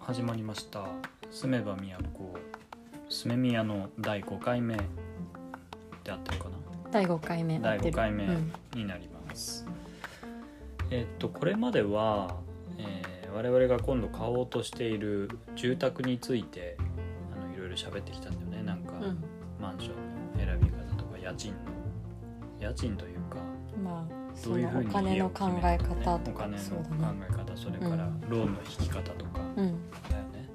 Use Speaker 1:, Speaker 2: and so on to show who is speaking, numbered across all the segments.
Speaker 1: 始まりました住めば都住め宮の第5回目であってるか
Speaker 2: 第5回目
Speaker 1: な第5回目
Speaker 2: うん
Speaker 1: になります、えっとこれまでは、えー我々が今度買おうとしている住宅についてあのいろいろ喋ってきたんだよねなんか、
Speaker 2: うん
Speaker 1: マンションの選び方とか家賃の家賃というか
Speaker 2: まあそ
Speaker 1: どういうふ
Speaker 2: の
Speaker 1: う
Speaker 2: お
Speaker 1: に
Speaker 2: 金
Speaker 1: 家
Speaker 2: の
Speaker 1: を
Speaker 2: 考
Speaker 1: 決め
Speaker 2: え
Speaker 1: る
Speaker 2: 方
Speaker 1: ね
Speaker 2: と
Speaker 1: お
Speaker 2: か
Speaker 1: 金の
Speaker 2: そう
Speaker 1: 考
Speaker 2: だね
Speaker 1: え方それからローンの引き方とか、だ
Speaker 2: うん
Speaker 1: よね。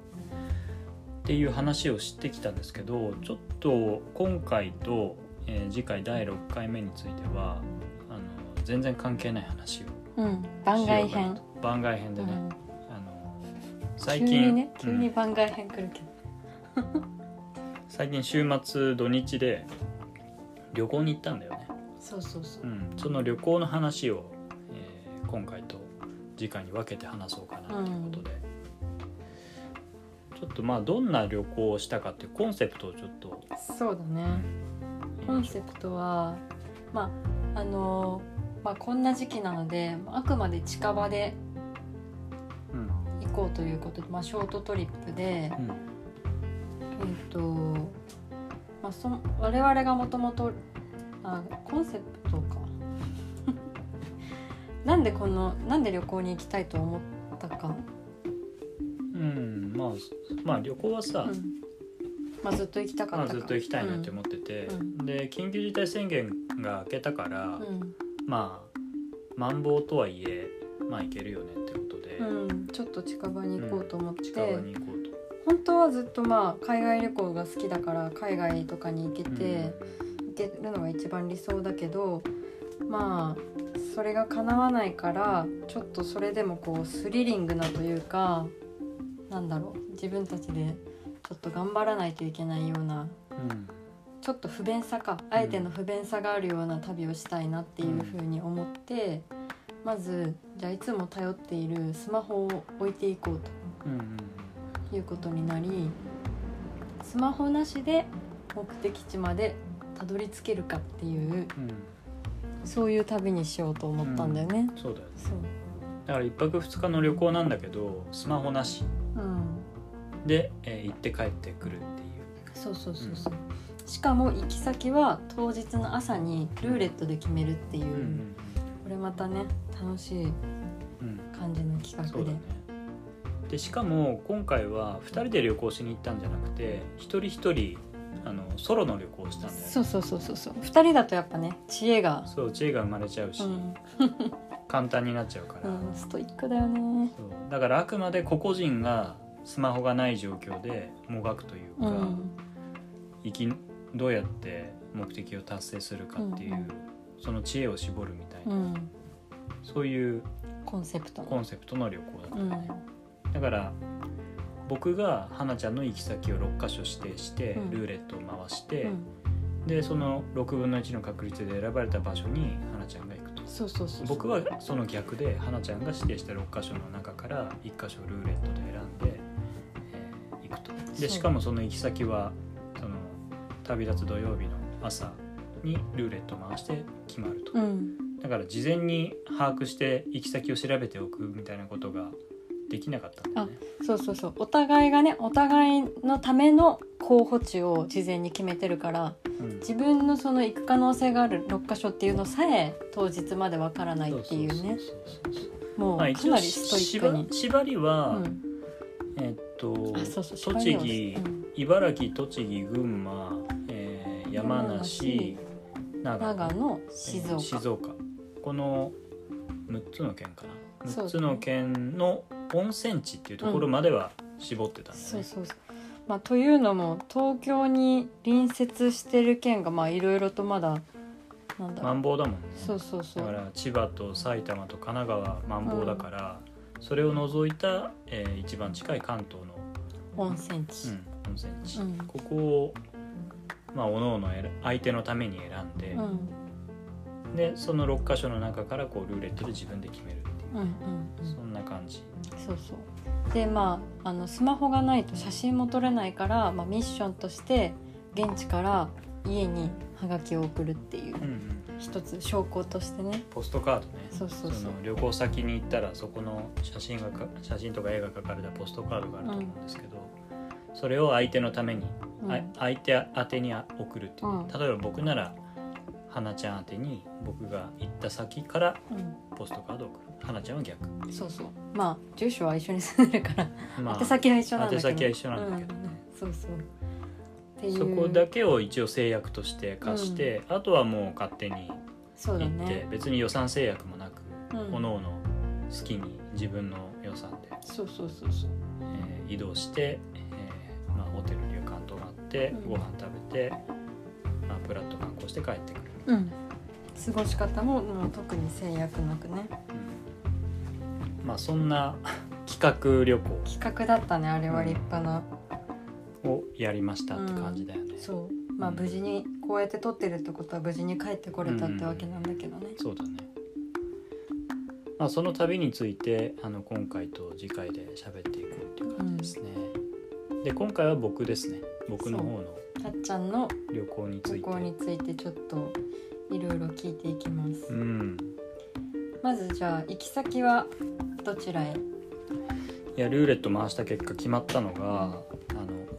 Speaker 1: っていう話をしてきたんですけどちょっと今回と、えー次回第6回目についてはあの全然関係ない話を
Speaker 2: うん番外
Speaker 1: しようかな
Speaker 2: 編
Speaker 1: と番外編
Speaker 2: う
Speaker 1: でね、
Speaker 2: ん
Speaker 1: あの
Speaker 2: 急
Speaker 1: 最近
Speaker 2: にね急
Speaker 1: う
Speaker 2: に
Speaker 1: ん
Speaker 2: 番外編来るけど
Speaker 1: 最近週末土日で旅行に行ったんだよね、
Speaker 2: そうそうそう
Speaker 1: うん、その旅行の話を、えー今回と次回に分けて話そうかなということで、ちょっとまあどんな旅行をしたかっていうコンセプトをちょっと
Speaker 2: そうだねコンセプトはまああのまあこんな時期なのであくまで近場で
Speaker 1: うん
Speaker 2: 行こうということで、まあ、ショートトリップで、
Speaker 1: うん
Speaker 2: えっとまあ、その我々がもともとあコンセプトか なんでこのなんで旅行に行きたいと思ったか、
Speaker 1: うんまあ、まあ旅行はさ、
Speaker 2: うんまあ、ずっと行きたか
Speaker 1: ま
Speaker 2: っ
Speaker 1: あ、
Speaker 2: たから
Speaker 1: ずっと行きたいなって思ってて、
Speaker 2: うん
Speaker 1: で緊急事態宣言が明けたから、
Speaker 2: うん、
Speaker 1: まあマンボウとはいえまあ行けるよねってことで、
Speaker 2: うんうんちょっと近場に行こうと思って、
Speaker 1: 近場に行こうと。
Speaker 2: 本当はずっとまあ海外旅行が好きだから海外とかに行けて、行けるのが一番理想だけどまあそれが叶わないからちょっとそれでもこうスリリングなというかなんだろう自分たちでちょっと頑張らないといけないような
Speaker 1: うんうん
Speaker 2: ちょっと不便さかあえての不便さがあるような旅をしたいなっていうふうに思ってまずじゃあいつも頼っているスマホを置いていこうと。
Speaker 1: うんうん
Speaker 2: いうことになりスマホなしで目的地までたどり着けるかっていう
Speaker 1: うん
Speaker 2: そういう旅にしようと思ったんだよね。
Speaker 1: そうだよね
Speaker 2: そう
Speaker 1: だから1泊2日の旅行なんだけどスマホなし
Speaker 2: うん、
Speaker 1: で、えー行って帰ってくるっていう
Speaker 2: そうそうそうそう、しかも行き先は当日の朝にルーレットで決めるっていう、
Speaker 1: うん
Speaker 2: これまたね楽しい
Speaker 1: うんうん
Speaker 2: 感じの企
Speaker 1: そうだ
Speaker 2: 画で
Speaker 1: ねでしかも今回は2人で旅行しに行ったんじゃなくて一人一人あのソロの旅行をしたんだよね
Speaker 2: そうそうそうそうそう2人だとやっぱね知恵が、
Speaker 1: そう知恵が生まれちゃうし、
Speaker 2: うん
Speaker 1: 簡単になっちゃうから、
Speaker 2: うん、ストイックだよね。
Speaker 1: そうだからあくまで個々人がスマホがない状況でもがくという
Speaker 2: う
Speaker 1: か、
Speaker 2: ん
Speaker 1: 生きどうやって目的を達成するかっていう、
Speaker 2: うんうん
Speaker 1: その知恵を絞るみたいうな、
Speaker 2: ん、
Speaker 1: そういう
Speaker 2: コンセプト
Speaker 1: コンセプトの旅行だった
Speaker 2: う
Speaker 1: よ
Speaker 2: ん
Speaker 1: ね、だから僕が花ちゃんの行き先を6箇所指定して、
Speaker 2: うん
Speaker 1: ルーレットを回して、
Speaker 2: うん
Speaker 1: でその6分の1の確率で選ばれた場所に花ちゃんが行くと
Speaker 2: そうそうそうそう
Speaker 1: 僕はその逆で花ちゃんが指定した6箇所の中から1箇所ルーレットで選んで、えー行くと
Speaker 2: そう
Speaker 1: でしかもその行き先はその旅立つ土曜日の朝にルーレット回して決まると、
Speaker 2: うん
Speaker 1: だから事前に把握して行き先を調べておくみたいなことができなかったんだよね
Speaker 2: そうそうそうお互いがねお互いのための候補地を事前に決めてるから
Speaker 1: うん
Speaker 2: 自分のその行く可能性がある6箇所っていうのさえ当日までわからないっていうね
Speaker 1: そうそうそうそう
Speaker 2: もう
Speaker 1: まあ、
Speaker 2: か
Speaker 1: 一
Speaker 2: な
Speaker 1: 応
Speaker 2: りストイックに
Speaker 1: 縛。縛りは、
Speaker 2: うん
Speaker 1: えっと
Speaker 2: あそうそう縛り
Speaker 1: 栃
Speaker 2: を
Speaker 1: 木、
Speaker 2: うん
Speaker 1: 茨城栃木群馬、えー山梨長野
Speaker 2: 長野
Speaker 1: えー
Speaker 2: 静岡
Speaker 1: 静岡この6つの県かな
Speaker 2: そう
Speaker 1: 6つの県の温泉地っていうところまでは絞ってたんだ
Speaker 2: そう
Speaker 1: ね、
Speaker 2: そうそう、まあ、というのも東京に隣接してる県がまあいろいろとまだなんだろ
Speaker 1: マ
Speaker 2: う、
Speaker 1: ンボウだもんね
Speaker 2: そうそうそ
Speaker 1: だか
Speaker 2: う
Speaker 1: ら千葉と埼玉と神奈川マンボウだから、それを除いた、えー一番近い関東の、
Speaker 2: 温泉
Speaker 1: う
Speaker 2: 地、
Speaker 1: ん温泉地、
Speaker 2: うん
Speaker 1: ここをまあ各々選相手のために選んで、
Speaker 2: うん
Speaker 1: でその6箇所の中からこうルーレットで自分で決めるっていう
Speaker 2: うんうんうん
Speaker 1: そんな感じ。
Speaker 2: そうそうでまああのスマホがないと写真も撮れないから、まあ、ミッションとして現地から家にハガキを送るっていう
Speaker 1: うん
Speaker 2: 一つ証拠としてね
Speaker 1: ポストカードね
Speaker 2: そうそうそう
Speaker 1: の旅行先に行ったらそこの写真がか写真とか絵が描かれたポストカードがあると思うんですけど、それを相手のために、
Speaker 2: うん
Speaker 1: あ相手宛てに送るっていう、
Speaker 2: うん
Speaker 1: 例えば僕なら花ちゃん宛てに僕が行った先から
Speaker 2: う
Speaker 1: ポストカードを送る花ちゃんは逆、
Speaker 2: ん、そうそうまあ住所は一緒に住んでるから、
Speaker 1: まあ、
Speaker 2: 宛先は一緒なんだけ
Speaker 1: 宛
Speaker 2: ど
Speaker 1: 先は一緒なんだけどね、
Speaker 2: うんそうそうっていう
Speaker 1: そこだけを一応制約として貸して、あとはもう勝手に
Speaker 2: そう
Speaker 1: 行
Speaker 2: だ
Speaker 1: って、
Speaker 2: ね
Speaker 1: 別に予算制約もなく、
Speaker 2: うん
Speaker 1: 各々好きに自分の予算で、
Speaker 2: そうそうそうそう
Speaker 1: えー移動して、えーまあ、ホテル旅館泊まって、
Speaker 2: うん
Speaker 1: ご飯食べて、まあ、プラッと観光して帰ってくる、
Speaker 2: うん過ごし方ももう特に制約なくね
Speaker 1: うんまあそんな 企画旅
Speaker 2: 企画だったねあれは立派な、
Speaker 1: 行をやりましたって感じだよね、そう
Speaker 2: そうまあ無事にこうやって撮ってるってことは無事に帰ってこれたってわけなんだけどね、
Speaker 1: だねまあその旅についてあの今回と次回で喋っていくっていう感じですね、で今回は僕ですね僕の方の
Speaker 2: たっちゃんの
Speaker 1: 旅行につ
Speaker 2: 旅
Speaker 1: いて
Speaker 2: 行についてちょっといろいろ聞いていきま
Speaker 1: う
Speaker 2: す、
Speaker 1: ん
Speaker 2: まずじゃあ行き先はどちらへ
Speaker 1: いやルーレット回した結果決まったのが、あの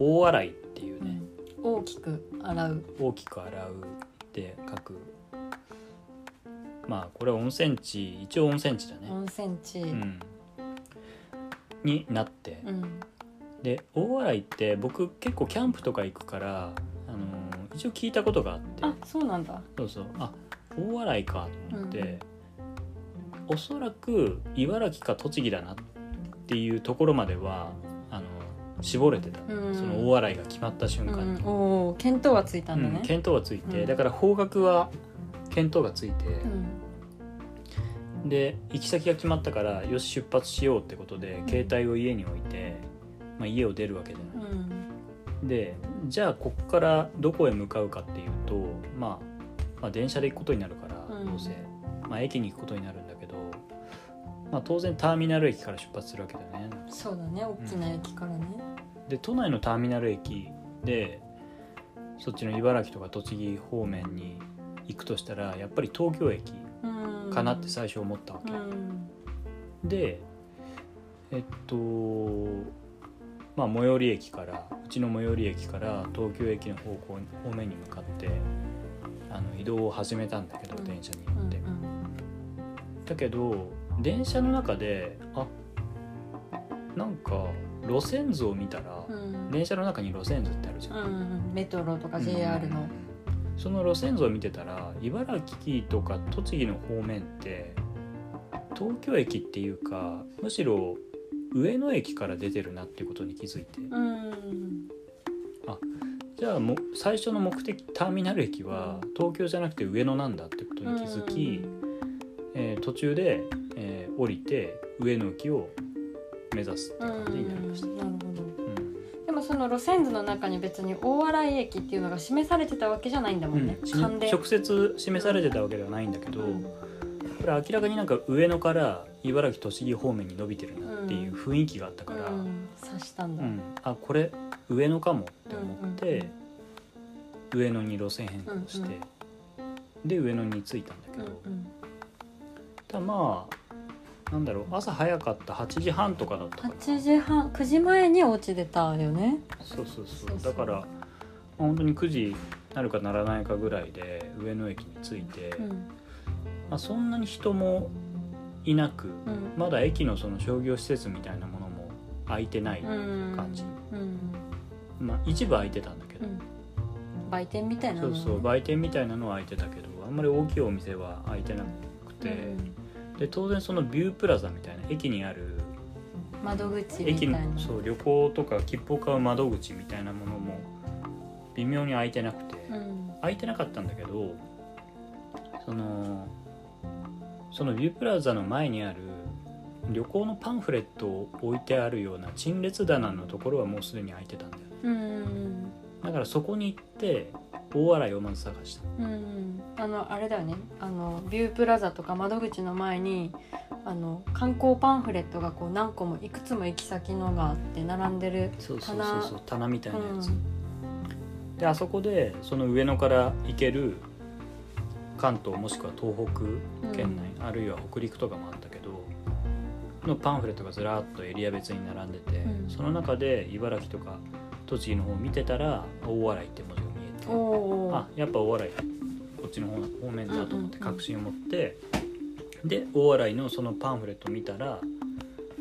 Speaker 1: 大洗っていうね、
Speaker 2: 大きく洗う
Speaker 1: 大きく洗うって書くまあこれ温泉地一応温泉地だね、
Speaker 2: 温泉地、
Speaker 1: うんになって、
Speaker 2: うん
Speaker 1: で大洗って僕結構キャンプとか行くから、あのー一応聞いたことがあって
Speaker 2: あそうなんだ
Speaker 1: そうそうあ大洗かと思って、おそらく茨城か栃木だなっていうところまではあの絞れてた、
Speaker 2: うん
Speaker 1: その大洗が決まった瞬
Speaker 2: う
Speaker 1: 間に。
Speaker 2: ん、おお見当はついたんだ
Speaker 1: うん
Speaker 2: ね、
Speaker 1: 見当はついて、
Speaker 2: うん
Speaker 1: だから方角は見当がついて、
Speaker 2: うん
Speaker 1: で行き先が決まったからよし出発しようってことで
Speaker 2: ん
Speaker 1: 携帯を家に置いて、まあ、家を出るわけじゃ
Speaker 2: う
Speaker 1: ない、
Speaker 2: ん
Speaker 1: でじゃあここからどこへ向かうかっていうと、まあ、まあ電車で行くことになるから、
Speaker 2: うん
Speaker 1: どうせ、まあ、駅に行くことになるんだけど、まあ、当然ターミナル駅から出発するわけだよね
Speaker 2: そうだね大きな駅からね、
Speaker 1: で都内のターミナル駅でそっちの茨城とか栃木方面に行くとしたらやっぱり東京駅
Speaker 2: うん、
Speaker 1: かなって最初思ったわ
Speaker 2: う
Speaker 1: け、
Speaker 2: ん
Speaker 1: でえっとまあ最寄り駅からうちの最寄り駅から東京駅の方向方面に向かってあの移動を始めたんだけど、
Speaker 2: うん
Speaker 1: 電車に
Speaker 2: う
Speaker 1: 乗っ
Speaker 2: ん
Speaker 1: て、だけど電車の中であなんか路線図を見たら、
Speaker 2: うん
Speaker 1: 電車の中に路線図ってあるじゃん
Speaker 2: うん、うん、メトロとか JR の、
Speaker 1: その路線図を見てたら茨城とか栃木の方面って東京駅っていうかむしろ上野駅から出てるなっていうことに気づいて
Speaker 2: うん
Speaker 1: じゃあもう最初の目的ターミナル駅は東京じゃなくて上野なんだってことに気づき、えー途中で、えー降りて上野駅を目指すって
Speaker 2: うん
Speaker 1: いう感じになりました。
Speaker 2: うんなるほど
Speaker 1: うん
Speaker 2: でもその路線図の中に別に大洗駅っていうのが示されてたわけじゃないんだもんね、
Speaker 1: うんし
Speaker 2: 関連
Speaker 1: 直接示されてたわけではないんだけど、
Speaker 2: うん
Speaker 1: これ明らかになんか上野から茨城栃木方面に伸びてるなっていう雰囲気があったから、
Speaker 2: う
Speaker 1: うん
Speaker 2: ん、刺したんだ、
Speaker 1: あこれ上野かもって思って、上野に路線変更して、で上野に着いたんだけ
Speaker 2: うん
Speaker 1: ど、
Speaker 2: うん、
Speaker 1: ただまあなんだろう朝早かった8時半とかだったから
Speaker 2: 8時半9時前にお家出たよね
Speaker 1: そうそうそ
Speaker 2: そううそ
Speaker 1: だ
Speaker 2: う
Speaker 1: からまあ本当に9時なるかならないかぐらいで上野駅に着いて、
Speaker 2: うん
Speaker 1: まあ、そんなに人もいなく、
Speaker 2: うん
Speaker 1: まだ駅のその商業施設みたいなものも空いてない、
Speaker 2: うん
Speaker 1: 感じ
Speaker 2: うん
Speaker 1: まあ、一部空いてたんだけ
Speaker 2: う
Speaker 1: ど、
Speaker 2: ん売店みたいなの
Speaker 1: そう
Speaker 2: ね
Speaker 1: そう売店みたいなのは空いてたけどあんまり大きいお店は空いてなくて、
Speaker 2: うん
Speaker 1: で当然そのビュープラザみたいな駅にある
Speaker 2: 窓口みた
Speaker 1: 駅
Speaker 2: いな
Speaker 1: のそう旅行とか切符を買う窓口みたいなものも微妙に空いてなくて、
Speaker 2: うん
Speaker 1: 空いてなかったんだけどそのそのビュープラザの前にある旅行のパンフレットを置いてあるような陳列棚のところはもうすでに空いてたんだよね
Speaker 2: うん
Speaker 1: だからそこに行って大洗をまず探した
Speaker 2: うんあのあれだよねあのビュープラザとか窓口の前にあの観光パンフレットがこう何個もいくつも行き先のがあって並んでる、
Speaker 1: そうそう
Speaker 2: 棚
Speaker 1: そうそう棚みたいなやつ、
Speaker 2: う
Speaker 1: であそこでその上野から行ける関東もしくは東北県内、あるいは北陸とかもあったけどのパンフレットがずらっとエリア別に並んでて、
Speaker 2: うん
Speaker 1: その中で茨城とか栃木の方を見てたら「大洗」って文字が見えて
Speaker 2: おおー
Speaker 1: あやっぱ大洗こっちの方方面だと思っ
Speaker 2: うんうんう
Speaker 1: て
Speaker 2: ん
Speaker 1: 確信を持って、で大洗のそのパンフレットを見たら、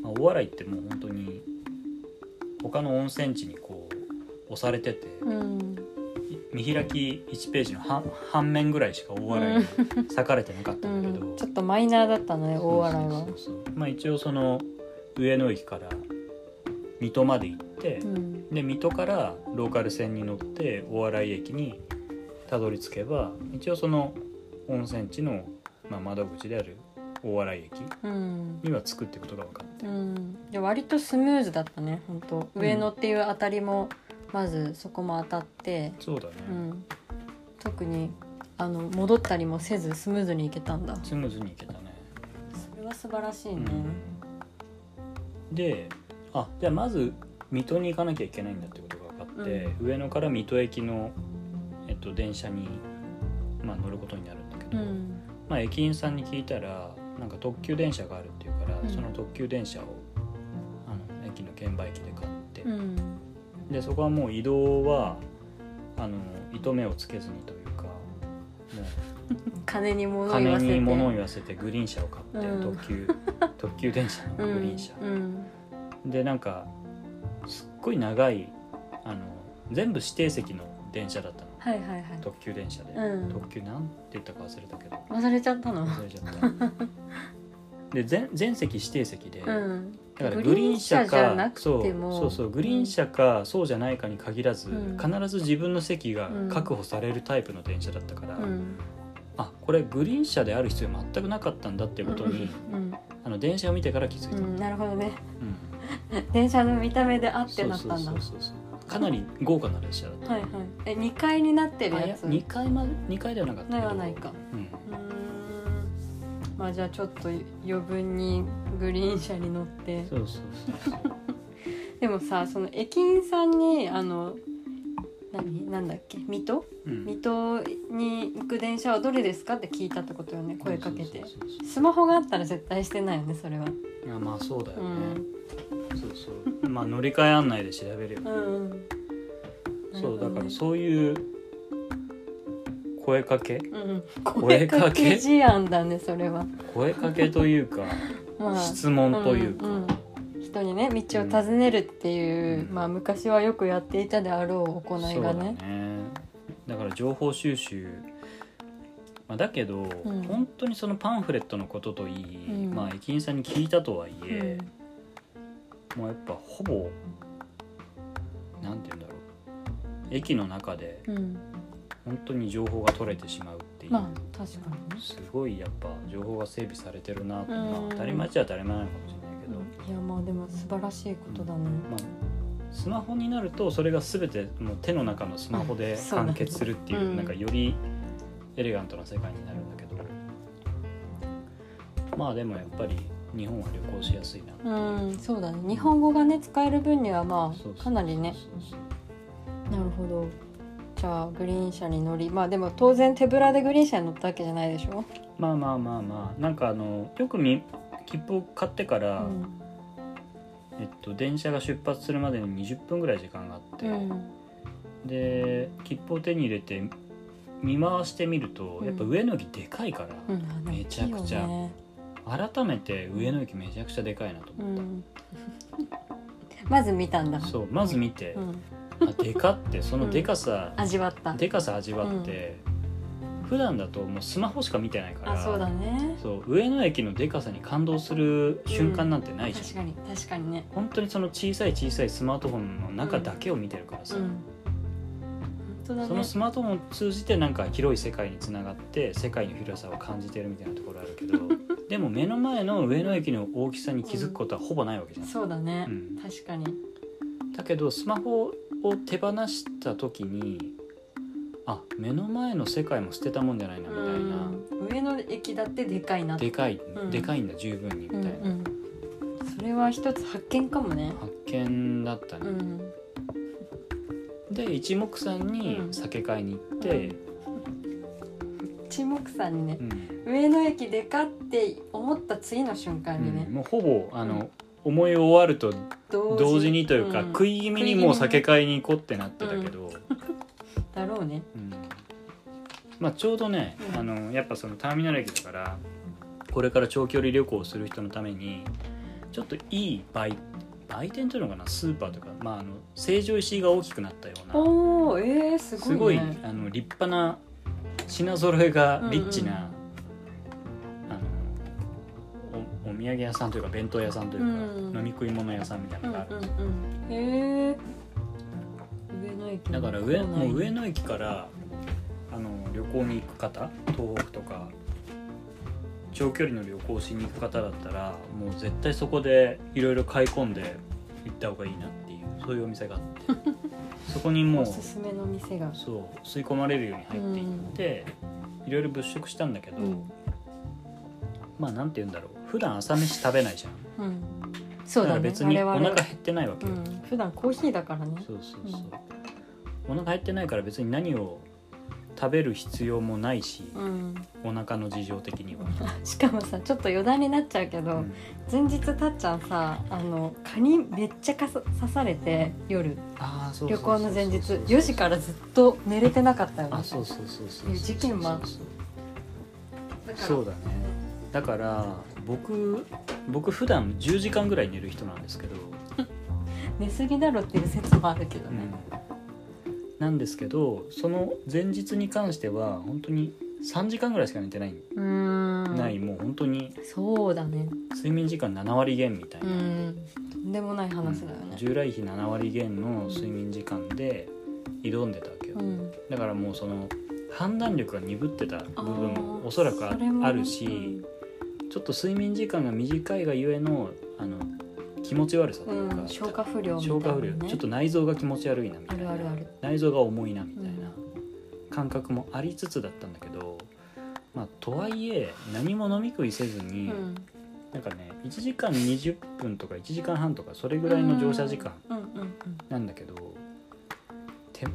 Speaker 1: まあ、大洗ってもう本当に他の温泉地にこう押されてて、
Speaker 2: うん
Speaker 1: い見開き1ページの半半面ぐらいしか大洗に割かれてなかった
Speaker 2: うん
Speaker 1: だけど、
Speaker 2: ん、ちょっとマイナーだったのね大洗は
Speaker 1: そうそうそうまあ一応その上野駅から水戸まで行って、
Speaker 2: うん
Speaker 1: で水戸からローカル線に乗って大洗駅にたどり着けば一応その温泉地の、まあ、窓口である大洗駅
Speaker 2: うん
Speaker 1: には作っていくことが分かって
Speaker 2: うん、で割とスムーズだったね本当
Speaker 1: うん
Speaker 2: 上野っていうあたりもまずそこも当たって、
Speaker 1: そうだね、
Speaker 2: うん、特にあの戻ったりもせずスムーズに行けたんだ
Speaker 1: スムーズに行けたね、
Speaker 2: それは素晴らしいね、
Speaker 1: うん、であじゃあまず水戸に行かなきゃいけないんだってことが分かって、上野から水戸駅の、えっと、電車に、まあ、乗ることになるんだけ
Speaker 2: う
Speaker 1: ど、
Speaker 2: ん
Speaker 1: まあ、駅員さんに聞いたらなんか特急電車があるっていうから、
Speaker 2: うん
Speaker 1: その特急電車をあの駅の券売機で買って、
Speaker 2: うん
Speaker 1: でそこはもう移動はあの糸目をつけずにというかも
Speaker 2: 金に
Speaker 1: う
Speaker 2: 物を言
Speaker 1: 金
Speaker 2: わせて
Speaker 1: に物を言わせてグリーン車を買って、
Speaker 2: うん
Speaker 1: 特 急特急電車のグリーン車、
Speaker 2: うん
Speaker 1: でなんかすっごい長いあの全部指定席の電車だったの
Speaker 2: はいはいはい
Speaker 1: 特急電車で、
Speaker 2: うん
Speaker 1: 特急なんて言ったか忘れたけど
Speaker 2: 忘れちゃったの
Speaker 1: 忘れちゃったで全全席指定席で、
Speaker 2: うん
Speaker 1: だからグリーン車
Speaker 2: グリーン車じゃ
Speaker 1: か
Speaker 2: なく
Speaker 1: そう
Speaker 2: ても
Speaker 1: そうそうグリーン車かそうじゃないかに限らず、
Speaker 2: うん
Speaker 1: 必ず自分の席が
Speaker 2: うん
Speaker 1: 確保されるタイプの電車だったから、
Speaker 2: うん
Speaker 1: あこれグリーン車である必要全くなかったんだっていうことに、
Speaker 2: うん
Speaker 1: あの電車を見てから気づいた、
Speaker 2: う
Speaker 1: うん
Speaker 2: んなるほどね
Speaker 1: うん
Speaker 2: 電車の見た目であって
Speaker 1: そう
Speaker 2: なっ
Speaker 1: そ
Speaker 2: た
Speaker 1: うん
Speaker 2: だ
Speaker 1: そうそうそうかなり豪華な列車だった
Speaker 2: はいはいえ二階になってる
Speaker 1: あい
Speaker 2: や
Speaker 1: や
Speaker 2: つ
Speaker 1: 2階まで2階ではなかった
Speaker 2: で
Speaker 1: けど
Speaker 2: はないか
Speaker 1: うん
Speaker 2: うーんまあじゃあちょっと余分にグリーン車に乗って
Speaker 1: そうそうそうそう
Speaker 2: でもさその駅員さんにあの何なんだっけ水戸
Speaker 1: うん
Speaker 2: 水戸に行く電車はどれですかって聞いたってことよね声かけて
Speaker 1: そうそうそう
Speaker 2: スマホがあったら絶対してないよねそれは
Speaker 1: そうあまあそうだよ
Speaker 2: う
Speaker 1: ね、
Speaker 2: ん
Speaker 1: そうそうまあ乗り換え案内で調べるよね、
Speaker 2: うん
Speaker 1: そうだから
Speaker 2: う
Speaker 1: そういう声かけ
Speaker 2: うん
Speaker 1: 声
Speaker 2: 声
Speaker 1: かけ
Speaker 2: かけ事案だねそれは
Speaker 1: 声かけというか
Speaker 2: まあ
Speaker 1: 質問というか、
Speaker 2: んん人にね道を尋ねるっていう、
Speaker 1: うん
Speaker 2: まあ昔はよくやっていたであろう行い
Speaker 1: そう
Speaker 2: が
Speaker 1: だ
Speaker 2: ね
Speaker 1: ねだから情報収集、まあ、だけど、
Speaker 2: ん
Speaker 1: 本当にそのパンフレットのことといい、
Speaker 2: うん
Speaker 1: まあ駅員さんに聞いたとはいえ
Speaker 2: う、
Speaker 1: もうやっぱほぼなんて言うんだろう駅の中で
Speaker 2: んうん
Speaker 1: 本当に情報が取れてしまうっていう、
Speaker 2: まあ確かにね
Speaker 1: すごいやっぱ情報が整備されてるなって、
Speaker 2: うん
Speaker 1: まあ、当たり前っちゃ当たり前なのかもしれないけど、
Speaker 2: いやまあでも素晴らしいことだね、
Speaker 1: まあ、スマホになるとそれが全てもう手の中のスマホで
Speaker 2: そうだね
Speaker 1: 完結するっていう
Speaker 2: うん
Speaker 1: なんかよりエレガントな世界になるんだけどまあでもやっぱり日本は旅行しやすいな
Speaker 2: うんそうだね日本語がね使える分にはま
Speaker 1: そうそう
Speaker 2: あかなりね
Speaker 1: そうそう
Speaker 2: なるほどじゃあグリーン車に乗りまあでも当然手ぶらでグリーン車に乗ったわけじゃないでしょ、
Speaker 1: まあまあまあまあなんかあのよくみ切符を買ってか
Speaker 2: う
Speaker 1: ら、
Speaker 2: ん
Speaker 1: えっと、電車が出発するまでに20分ぐらい時間があって、
Speaker 2: うん
Speaker 1: で切符を手に入れて見回してみると、
Speaker 2: うん
Speaker 1: やっぱ上野駅でかいから、
Speaker 2: うん、
Speaker 1: めちゃくちゃ
Speaker 2: いいよね
Speaker 1: 改めて上野駅めちゃくちゃでかいなと
Speaker 2: う
Speaker 1: 思った、
Speaker 2: ん、まず見たんだ
Speaker 1: そうまず見て、
Speaker 2: うん、
Speaker 1: あでかってそのでかさ、
Speaker 2: 味わった
Speaker 1: でかさ味わって、普段だともうスマホしか見てないから
Speaker 2: あそうだね
Speaker 1: そう上野駅のでかさに感動する瞬間なんてないじゃん、
Speaker 2: 確かに確かにね
Speaker 1: 本当にその小さい小さいスマートフォンの中だけを見てるから
Speaker 2: う
Speaker 1: さ、
Speaker 2: ん本当だ
Speaker 1: そ
Speaker 2: ね
Speaker 1: のスマートフォンを通じてなんか広い世界につながって世界の広さを感じてるみたいなところあるけ どでも目の前の上野駅の大きさに気づくことはほぼないわけじゃん、
Speaker 2: そうだね、
Speaker 1: うん
Speaker 2: 確かに
Speaker 1: だけどスマホを手放した時にあ目の前の世界も捨てたもんじゃないなみたいな、
Speaker 2: うん上の駅だってでかいなって
Speaker 1: でかい、
Speaker 2: ん
Speaker 1: でかいんだ十分にみた
Speaker 2: う
Speaker 1: い
Speaker 2: ん
Speaker 1: な、
Speaker 2: うん、それは一つ発見かもね
Speaker 1: 発見だった
Speaker 2: う
Speaker 1: ね、
Speaker 2: ん
Speaker 1: で一目散に
Speaker 2: うん
Speaker 1: 酒買いに行って、
Speaker 2: チンモクさんにね
Speaker 1: うん
Speaker 2: 上野駅でかって思った次の瞬間にね
Speaker 1: うん、もうほぼあの、思い終わると同時にというか、
Speaker 2: ん
Speaker 1: 食い気味にもう酒買いに行こうってなってたけど、
Speaker 2: だろうね
Speaker 1: うんまあ、ちょうどね、
Speaker 2: うん
Speaker 1: あのやっぱそのターミナル駅だからこれから長距離旅行をする人のためにちょっといい売売店というのかなスーパーとか、まあ、あの成城石井が大きくなったような
Speaker 2: おおえー、す
Speaker 1: す
Speaker 2: ご
Speaker 1: ご
Speaker 2: い
Speaker 1: い
Speaker 2: ね
Speaker 1: あの立派な品揃えがリッチな、あのおお土産屋さんというか弁当屋さんというか、
Speaker 2: うん
Speaker 1: 飲み食い物屋さんみたいな
Speaker 2: うん
Speaker 1: の
Speaker 2: う
Speaker 1: がある、
Speaker 2: んうんへえ上野駅
Speaker 1: だから上もう上
Speaker 2: 野
Speaker 1: 野駅からあの旅行に行く方東北とか長距離の旅行をしに行く方だったらもう絶対そこでいろいろ買い込んで行った方がいいなっていうそういうお店があってそこにもう
Speaker 2: おすすめの店が
Speaker 1: そう吸い込まれるように入っていっていろいろ物色したんだけど、
Speaker 2: うん、
Speaker 1: まあなんて言うんだろう普段朝飯食べないじゃん
Speaker 2: うん、そうだ
Speaker 1: から
Speaker 2: ね
Speaker 1: 別にお
Speaker 2: 我
Speaker 1: 腹
Speaker 2: 々
Speaker 1: 減ってないわけ
Speaker 2: う
Speaker 1: よ、
Speaker 2: ん、普段コーヒーだからね
Speaker 1: そうそうそう、お腹減ってないから別に何を食べる必要もないし、
Speaker 2: うん、
Speaker 1: お腹の事情的には、
Speaker 2: しかもさちょっと余談になっちゃうけ
Speaker 1: う
Speaker 2: ど、
Speaker 1: ん
Speaker 2: 前日たっちゃんさあの蚊にめっちゃかさ刺されて夜
Speaker 1: あーそうそうそ
Speaker 2: 旅
Speaker 1: う
Speaker 2: 行の前日4時からずっと寝れてなかったよね
Speaker 1: あそうそうそうそう
Speaker 2: いう事件もあっ
Speaker 1: そうそうそうだねだから僕僕普段10時間ぐらい寝る人なんですけど、
Speaker 2: 寝すぎだろっていう説もあるけどね、
Speaker 1: なんですけどその前日に関しては本当に3時間ぐらいしか寝てない、
Speaker 2: うーん
Speaker 1: ないもう本当に
Speaker 2: そうだね
Speaker 1: 睡眠時間7割減みたいうな、
Speaker 2: んとんでもない話だよね
Speaker 1: 従来比7割減の睡眠時間で挑んでたわけよ、
Speaker 2: うん
Speaker 1: だからもうその判断力が鈍ってた部分
Speaker 2: あー
Speaker 1: もおそらくあ
Speaker 2: それも
Speaker 1: あるしちょっと睡眠時間が短いがゆえのあの気持ち悪さと
Speaker 2: う、
Speaker 1: いうんか、
Speaker 2: うん消化不良みたい
Speaker 1: 消
Speaker 2: な、ね、
Speaker 1: 化不良、ちょっと内臓が気持ち悪いなみたいな
Speaker 2: あるあるある
Speaker 1: 内臓が重いなみたいな感覚もありつつだったんだけど、まあ、とはいえ何も飲み食いせず
Speaker 2: う
Speaker 1: に、
Speaker 2: ん
Speaker 1: なんかね1時間20分とか1時間半とかそれぐらいの乗車時間
Speaker 2: うんうん
Speaker 1: なんだけど手全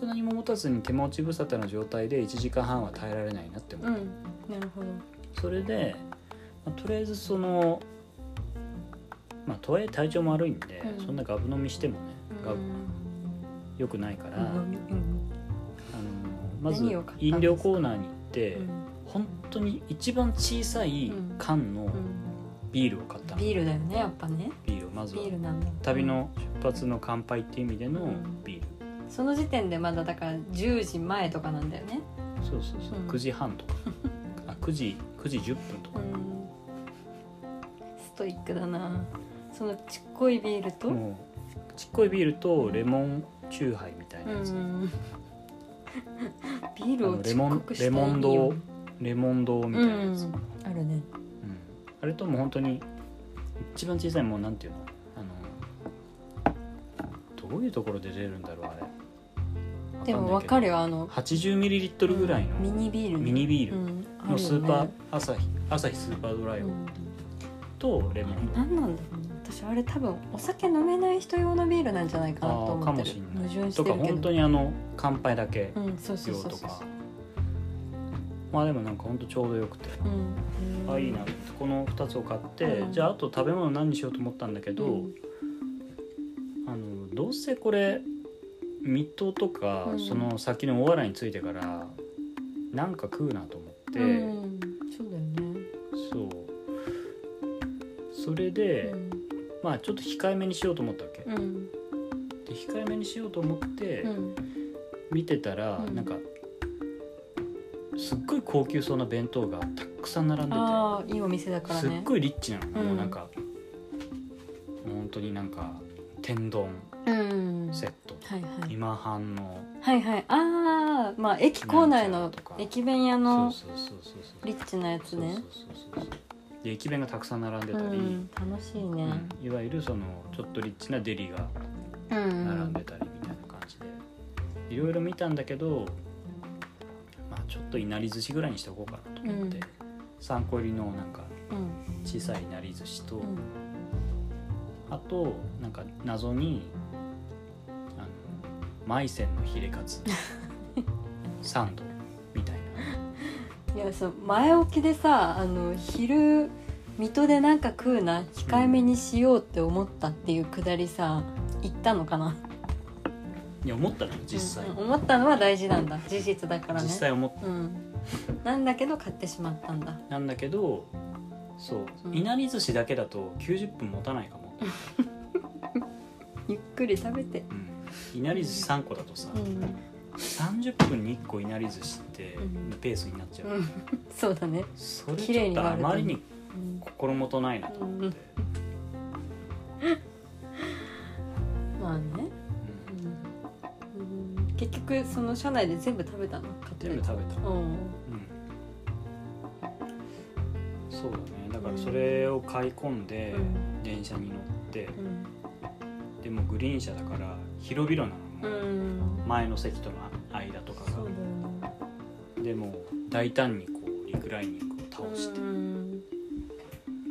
Speaker 1: く何も持たずに手持ち無沙汰な状態で1時間半は耐えられないなって思
Speaker 2: う
Speaker 1: うん
Speaker 2: うんなるほど
Speaker 1: それで、まあとりあえずそのまあとはいえ体調も悪いんで、
Speaker 2: うん
Speaker 1: そんなガブ飲みしてもねが
Speaker 2: うん
Speaker 1: 良くないから、あ
Speaker 2: う
Speaker 1: の
Speaker 2: んうん
Speaker 1: まず
Speaker 2: 何を買ったんですか
Speaker 1: 飲料コーナーに行って、
Speaker 2: うん
Speaker 1: 本当に一番小さい缶の
Speaker 2: うん
Speaker 1: ビールを買ったの、
Speaker 2: ビールだよねやっぱね
Speaker 1: ビールをまず
Speaker 2: ビ
Speaker 1: は
Speaker 2: ールなんだ
Speaker 1: 旅の出発の乾杯っていう意味での
Speaker 2: うん
Speaker 1: ビール、
Speaker 2: その時点でまだだから10時前とかなんだよね
Speaker 1: そうそうそう、
Speaker 2: うん
Speaker 1: 9時半と かあ9時9時10分と
Speaker 2: う
Speaker 1: か、
Speaker 2: んストイックだなそのちっこいビールとうん
Speaker 1: もうちっこいビールとレモンチューハイみたいなやつ、
Speaker 2: ビールをちっこくしたい
Speaker 1: レモン
Speaker 2: ビー
Speaker 1: 堂
Speaker 2: ル
Speaker 1: レモン堂みたいなやつ、
Speaker 2: う
Speaker 1: うん
Speaker 2: んあるね
Speaker 1: あれとも本当に一番小さいもうなんていうのあのどういうところで出るんだろうあれわかんないけ
Speaker 2: で
Speaker 1: ど
Speaker 2: もわかるよあの
Speaker 1: 80ml ぐらいの
Speaker 2: ミニビールね
Speaker 1: ミニビー
Speaker 2: う
Speaker 1: ル
Speaker 2: んあるよ
Speaker 1: の
Speaker 2: ね
Speaker 1: スーパーアサヒアサヒスーパードライ
Speaker 2: うん
Speaker 1: とレモン堂
Speaker 2: 何なんだろうね私あれ多分お酒飲めない人用のビールなんじゃないかなと
Speaker 1: あーか
Speaker 2: 思
Speaker 1: も
Speaker 2: ってる
Speaker 1: しん
Speaker 2: 矛
Speaker 1: ない
Speaker 2: 盾し
Speaker 1: と
Speaker 2: てるけ
Speaker 1: か
Speaker 2: ど
Speaker 1: 本当にあの乾杯だけ
Speaker 2: うんそうそう
Speaker 1: 量
Speaker 2: そう
Speaker 1: と
Speaker 2: そう
Speaker 1: かまあでもなんか本当ちょうどよくて
Speaker 2: うん
Speaker 1: あいいなってこの2つを買って、
Speaker 2: うん
Speaker 1: じゃああと食べ物何にしようと思ったんだけど、
Speaker 2: うん
Speaker 1: あのどうせこれ水戸とか、
Speaker 2: うん
Speaker 1: その先の大洗に着いてからなんか食うなと思って、
Speaker 2: うん、そうだよね、
Speaker 1: そうそれで、
Speaker 2: うん
Speaker 1: まあちょっと控えめにしようと思ったわけ、
Speaker 2: うん
Speaker 1: で控えめにしようと思って
Speaker 2: うん
Speaker 1: 見てたら、
Speaker 2: うん
Speaker 1: なんかすっごい高級そうな弁当がたくさん並んでて。
Speaker 2: ああいいお店だから
Speaker 1: すっ
Speaker 2: ね
Speaker 1: ごいリッチなの、
Speaker 2: うん
Speaker 1: もうなんか本当になんか天丼
Speaker 2: うん
Speaker 1: セット、
Speaker 2: はいはい
Speaker 1: 今半の
Speaker 2: はいはいああまあ駅構内の駅弁屋の
Speaker 1: そうそうそうそうそう
Speaker 2: リッチなやつね
Speaker 1: そうそうそうそうで駅弁がたくさん並んで
Speaker 2: う
Speaker 1: たり、
Speaker 2: ん楽しいね
Speaker 1: うんいわゆるそのちょっとリッチなデリが
Speaker 2: うんう
Speaker 1: 並んで
Speaker 2: ん
Speaker 1: たりみたいな感じで、いろいろ見たんだけど、まあ、ちょっといなり寿司ぐらいにしておこうかなと思って、
Speaker 2: うん
Speaker 1: 3個入りのなんか
Speaker 2: うん
Speaker 1: 小さいいなり寿司と、
Speaker 2: うん
Speaker 1: あとなんか謎にあの マイセンのヒレカツサンドみたい
Speaker 2: いやそう前置きでさあの昼水戸でなんか食うな控えめにしようって思ったっていうくだりさ言ったのかない
Speaker 1: や思ったの実際、
Speaker 2: うん思ったのは大事なんだ事実だからね
Speaker 1: 実際思っ
Speaker 2: うんなんだけど買ってしまったんだ
Speaker 1: なんだけどそう、
Speaker 2: うん
Speaker 1: いなり寿司だけだと90分持たないかも、
Speaker 2: ゆっくり食べて
Speaker 1: うん、いなり寿司3個だとさ、
Speaker 2: うん、
Speaker 1: 30分に1個いなり寿司って
Speaker 2: うん
Speaker 1: ペースになっちゃう、
Speaker 2: うん、そうだね
Speaker 1: それ
Speaker 2: 綺
Speaker 1: ち
Speaker 2: 麗
Speaker 1: ょっ
Speaker 2: に
Speaker 1: とあ
Speaker 2: 割れてる
Speaker 1: まりに
Speaker 2: うん
Speaker 1: 心もとないなと思って、
Speaker 2: まあね、うんうん、結局その社内で全部食べたの買って
Speaker 1: 全部食べた
Speaker 2: うん
Speaker 1: うんそうだねだからそれを買い込んで
Speaker 2: うん
Speaker 1: 電車に乗って
Speaker 2: うん
Speaker 1: でもグリーン車だから広々な
Speaker 2: う
Speaker 1: の、
Speaker 2: ん
Speaker 1: 前の席との間とか
Speaker 2: そうだよね
Speaker 1: がでもう大胆にこうリクライニングを倒して、
Speaker 2: うん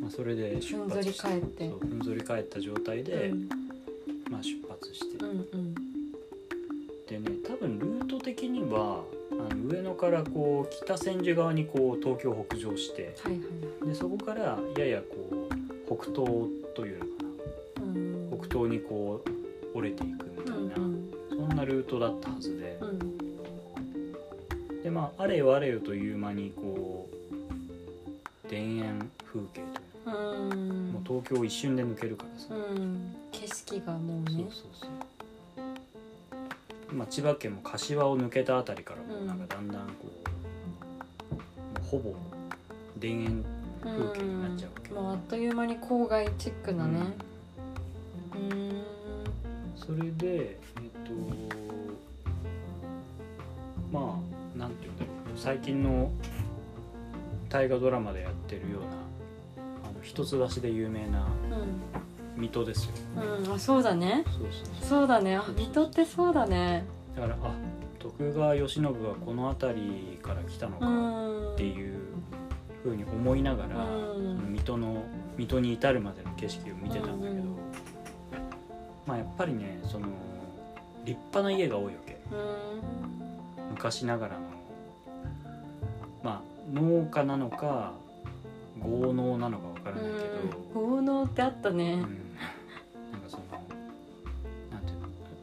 Speaker 1: まあ、それで出発して
Speaker 2: ふんぞり返って
Speaker 1: そうふんぞり返った状態で、
Speaker 2: うん
Speaker 1: まあ、出発して、
Speaker 2: うんうん
Speaker 1: でね多分ルート的にはあの上野からこう北千住側にこう東京北上して
Speaker 2: はいはい
Speaker 1: でそこからややこう北東というのか
Speaker 2: うん
Speaker 1: な北東にこう折れていくみたいな、
Speaker 2: うん
Speaker 1: そんなルートだったはずで
Speaker 2: う、ん
Speaker 1: でまああれよあれよという間にこう田園風景という
Speaker 2: うんうん
Speaker 1: もう東京を一瞬で抜けるからさ、
Speaker 2: うん景色がもう
Speaker 1: そう
Speaker 2: ね
Speaker 1: そうそうまあ千葉県も柏を抜けたあたりからもうなんかだんだんこう,、もうほぼ田園風景になっちゃうわけ
Speaker 2: もうあっという間に郊外チックなね
Speaker 1: うん
Speaker 2: うん
Speaker 1: それでえっとまあなんて言うんだろう最近の大河ドラマでやってるようなあの一橋で有名な水戸ですよ
Speaker 2: うん、うん、あそうだね
Speaker 1: そうそう
Speaker 2: そうだねあ水戸ってそうだね
Speaker 1: だからあ徳川慶喜がこの辺りから来たの
Speaker 2: う
Speaker 1: か
Speaker 2: ん
Speaker 1: っていうふうに思いながら、
Speaker 2: うん
Speaker 1: その水戸の水戸に至るまでの景色を見てたんだけど、
Speaker 2: うん
Speaker 1: まあやっぱりねその立派な家が多いわけ。
Speaker 2: うん
Speaker 1: 昔ながらのまあ農家なのか豪農なのかわからないけ
Speaker 2: うん
Speaker 1: ど、
Speaker 2: 豪農ってあった
Speaker 1: うん
Speaker 2: ね
Speaker 1: なんかそのなんてい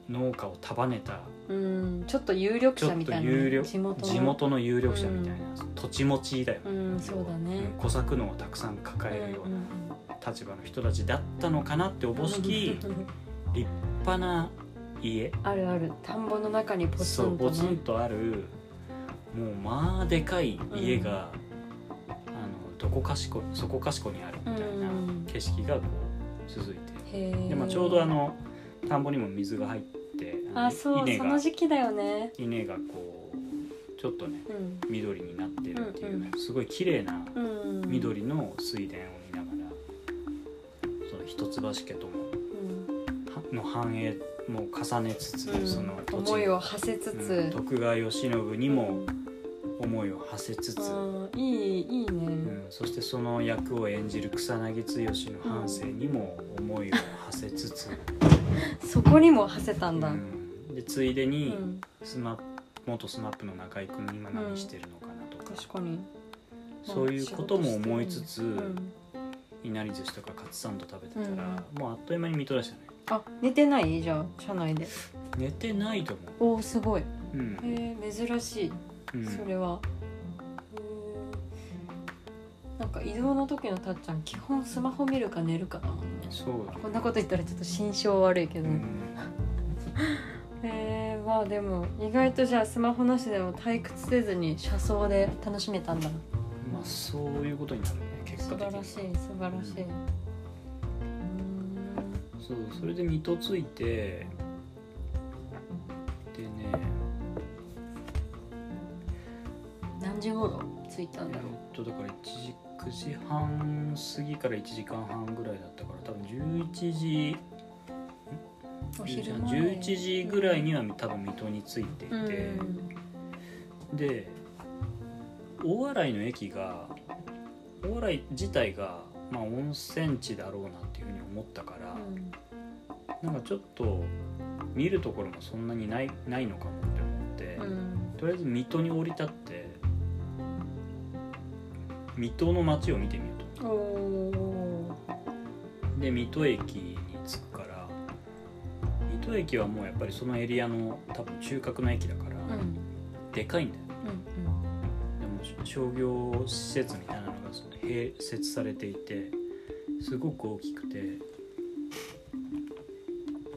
Speaker 1: うの農家を束ねた
Speaker 2: うんちょっと有力
Speaker 1: ちょ
Speaker 2: 者
Speaker 1: っ
Speaker 2: み
Speaker 1: と
Speaker 2: たいな
Speaker 1: 有力
Speaker 2: ね地元の
Speaker 1: 地元の有力者みたいな、土地持ちだよね、
Speaker 2: うんそうだね
Speaker 1: 小作農をたくさん抱えるような立場の人たちだったのかなっておぼしき
Speaker 2: うんうんうん
Speaker 1: 立派な家
Speaker 2: あるある田んぼの中にポツ
Speaker 1: そう
Speaker 2: ン
Speaker 1: ポ
Speaker 2: と
Speaker 1: ツン
Speaker 2: ね
Speaker 1: とあるもうまあでかい家が、あのどこかしこそこかしこにあるみたいな
Speaker 2: うん
Speaker 1: 景色がこう続いて、
Speaker 2: へー
Speaker 1: でまあ、ちょうどあの田んぼにも水が入っての
Speaker 2: あそう
Speaker 1: 稲
Speaker 2: そ
Speaker 1: が
Speaker 2: の時期だよね
Speaker 1: 稲がこうちょっとね
Speaker 2: うん
Speaker 1: 緑になってるっていう、
Speaker 2: うん
Speaker 1: すごい綺麗な
Speaker 2: うん
Speaker 1: 緑の水田を見ながらその一橋家とも
Speaker 2: うん
Speaker 1: はの繁栄も重ねつつ、
Speaker 2: うん
Speaker 1: その土地
Speaker 2: 思いを馳せつ
Speaker 1: うん
Speaker 2: つ
Speaker 1: 徳川慶喜にも思いを馳せつつ、うん
Speaker 2: あーいいいいね
Speaker 1: そしてその役を演じる草薙剛の半生にも思いを馳せつ つ、
Speaker 2: そこにも馳せたんだ
Speaker 1: うんでついで
Speaker 2: う
Speaker 1: に
Speaker 2: ん
Speaker 1: スマ、元 SMAP の中居君今何してるのかなとか、
Speaker 2: 確かに
Speaker 1: そういうことも思いつつ、
Speaker 2: うん
Speaker 1: いなり寿司とかカツサンド食べてたら、
Speaker 2: う
Speaker 1: もうあっという間に見とらしたね
Speaker 2: あ寝てないじゃあ車内で
Speaker 1: 寝てないと思
Speaker 2: おおすごいへ
Speaker 1: う、うん
Speaker 2: え珍しい
Speaker 1: うん
Speaker 2: それは、へーなんか移動の時のたっちゃん基本スマホ見るか寝るかだもんね
Speaker 1: そうだね
Speaker 2: こんなこと言ったらちょっと心象悪いけど、
Speaker 1: う
Speaker 2: へ
Speaker 1: ん
Speaker 2: えまあでも意外とじゃあスマホなしでも退屈せずに車窓で楽しめたんだ
Speaker 1: まあそういうことになるね結
Speaker 2: 素
Speaker 1: 果的
Speaker 2: 晴
Speaker 1: に
Speaker 2: らしい素晴らしい、う
Speaker 1: そうそれで水戸ついてでね
Speaker 2: ーん何時頃着いた
Speaker 1: え
Speaker 2: んだろ
Speaker 1: っとだから1時9時半過ぎから1時間半ぐらいだったから多分11時
Speaker 2: うお昼前
Speaker 1: 11時ぐらいには多分水戸に着いていて、
Speaker 2: うん
Speaker 1: で大洗の駅が大洗自体が、まあ、温泉地だろうなっていうふうに思ったから、なんかちょっと見るところもそんなにないないのかもって思って。
Speaker 2: うんうん
Speaker 1: とりあえず水戸に降り立って水戸の街を見てみようと
Speaker 2: おお
Speaker 1: で水戸駅に着くから水戸駅はもうやっぱりそのエリアの多分中核の駅だから、
Speaker 2: うんうん
Speaker 1: でかいんだよ
Speaker 2: うん
Speaker 1: でも商業施設みたいなのが併設されていてすごく大きくて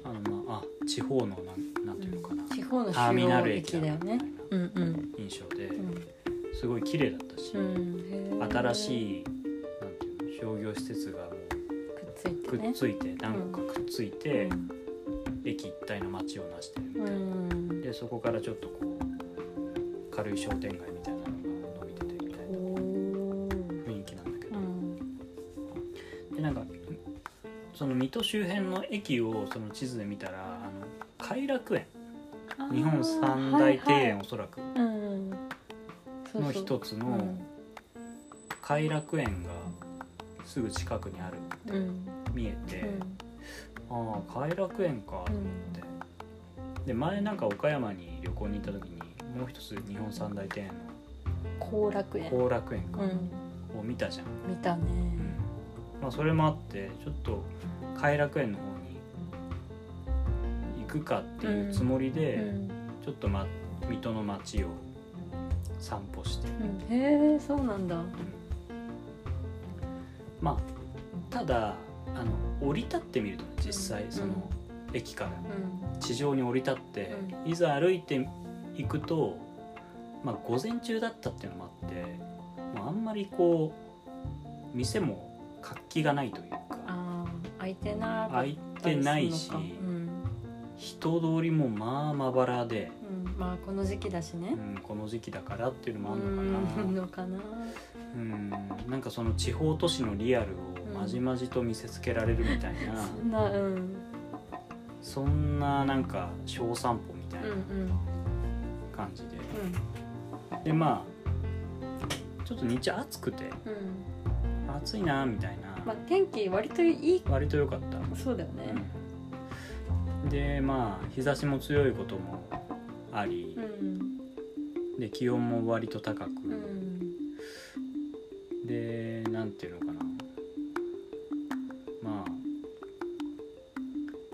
Speaker 1: あのまああ地方のなんなんていうのかな、
Speaker 2: 地方の
Speaker 1: ター
Speaker 2: 主
Speaker 1: ミナ
Speaker 2: 要
Speaker 1: ル駅
Speaker 2: 駅だよね
Speaker 1: みたい
Speaker 2: うんうん
Speaker 1: な印象で
Speaker 2: うん
Speaker 1: すごい綺麗だったし、
Speaker 2: うんへー
Speaker 1: 新しいなんていうの商業施設がも
Speaker 2: くっついうて
Speaker 1: くっ
Speaker 2: ね
Speaker 1: ついて何個かくっついて、
Speaker 2: うん
Speaker 1: 駅一体の街を成してるみたいな。
Speaker 2: うん
Speaker 1: でそこからちょっとこう軽い商店街みたいなのが伸びててみたい
Speaker 2: お
Speaker 1: な
Speaker 2: ー
Speaker 1: 雰囲気なんだけ
Speaker 2: う
Speaker 1: ど、
Speaker 2: ん
Speaker 1: でなんかその水戸周辺の駅をその地図で見たらあの偕楽園
Speaker 2: あー
Speaker 1: 日本三大庭
Speaker 2: は
Speaker 1: 園おそらく
Speaker 2: いはいうんそうそ
Speaker 1: の
Speaker 2: う
Speaker 1: 一つ
Speaker 2: う
Speaker 1: の
Speaker 2: ん
Speaker 1: 偕楽園がすぐ近くにある
Speaker 2: うんうん
Speaker 1: 見えて、ああ偕楽園かと思って、で前なんか岡山に旅行に行った時にもう一つ日本三大庭園
Speaker 2: 後楽園
Speaker 1: の後楽園か、
Speaker 2: うん
Speaker 1: を見たじゃん
Speaker 2: 見たね
Speaker 1: まあ、それもあってちょっと偕楽園の方に行くかっていうつもりで、
Speaker 2: うん
Speaker 1: ちょっと、ま、水戸の街を散歩して、
Speaker 2: うんへえそうなんだ
Speaker 1: まあただあの降り立ってみるとね実際
Speaker 2: うん
Speaker 1: その駅から
Speaker 2: うん
Speaker 1: 地上に降り立って、いざ歩いていくと、まあ、午前中だったっていうのもあってもうあんまりこう店も活気がないというか。
Speaker 2: あー開いてなか
Speaker 1: 空
Speaker 2: っ
Speaker 1: い
Speaker 2: た
Speaker 1: て
Speaker 2: りするのか
Speaker 1: ないし、
Speaker 2: うん
Speaker 1: 人通りもまあまばらで、
Speaker 2: うん、まあこの時期だし
Speaker 1: う
Speaker 2: ね
Speaker 1: ん、この時期だからっていうのもある
Speaker 2: うん
Speaker 1: のか
Speaker 2: のかな
Speaker 1: なうんなんかその地方都市のリアルをまじまじと見せつけられるみたいな、
Speaker 2: そんなうん
Speaker 1: そんななんか小散歩みたい
Speaker 2: うんう
Speaker 1: なん感じで、でまあちょっと日中暑くて
Speaker 2: うんうん
Speaker 1: 暑いなみたいな、
Speaker 2: まあ天気割といい
Speaker 1: 割と良かった、
Speaker 2: そうだよね
Speaker 1: うんでまあ日差しも強いこともあり、
Speaker 2: うん
Speaker 1: で気温も割と高く、
Speaker 2: うん
Speaker 1: でなんていうのかなまあ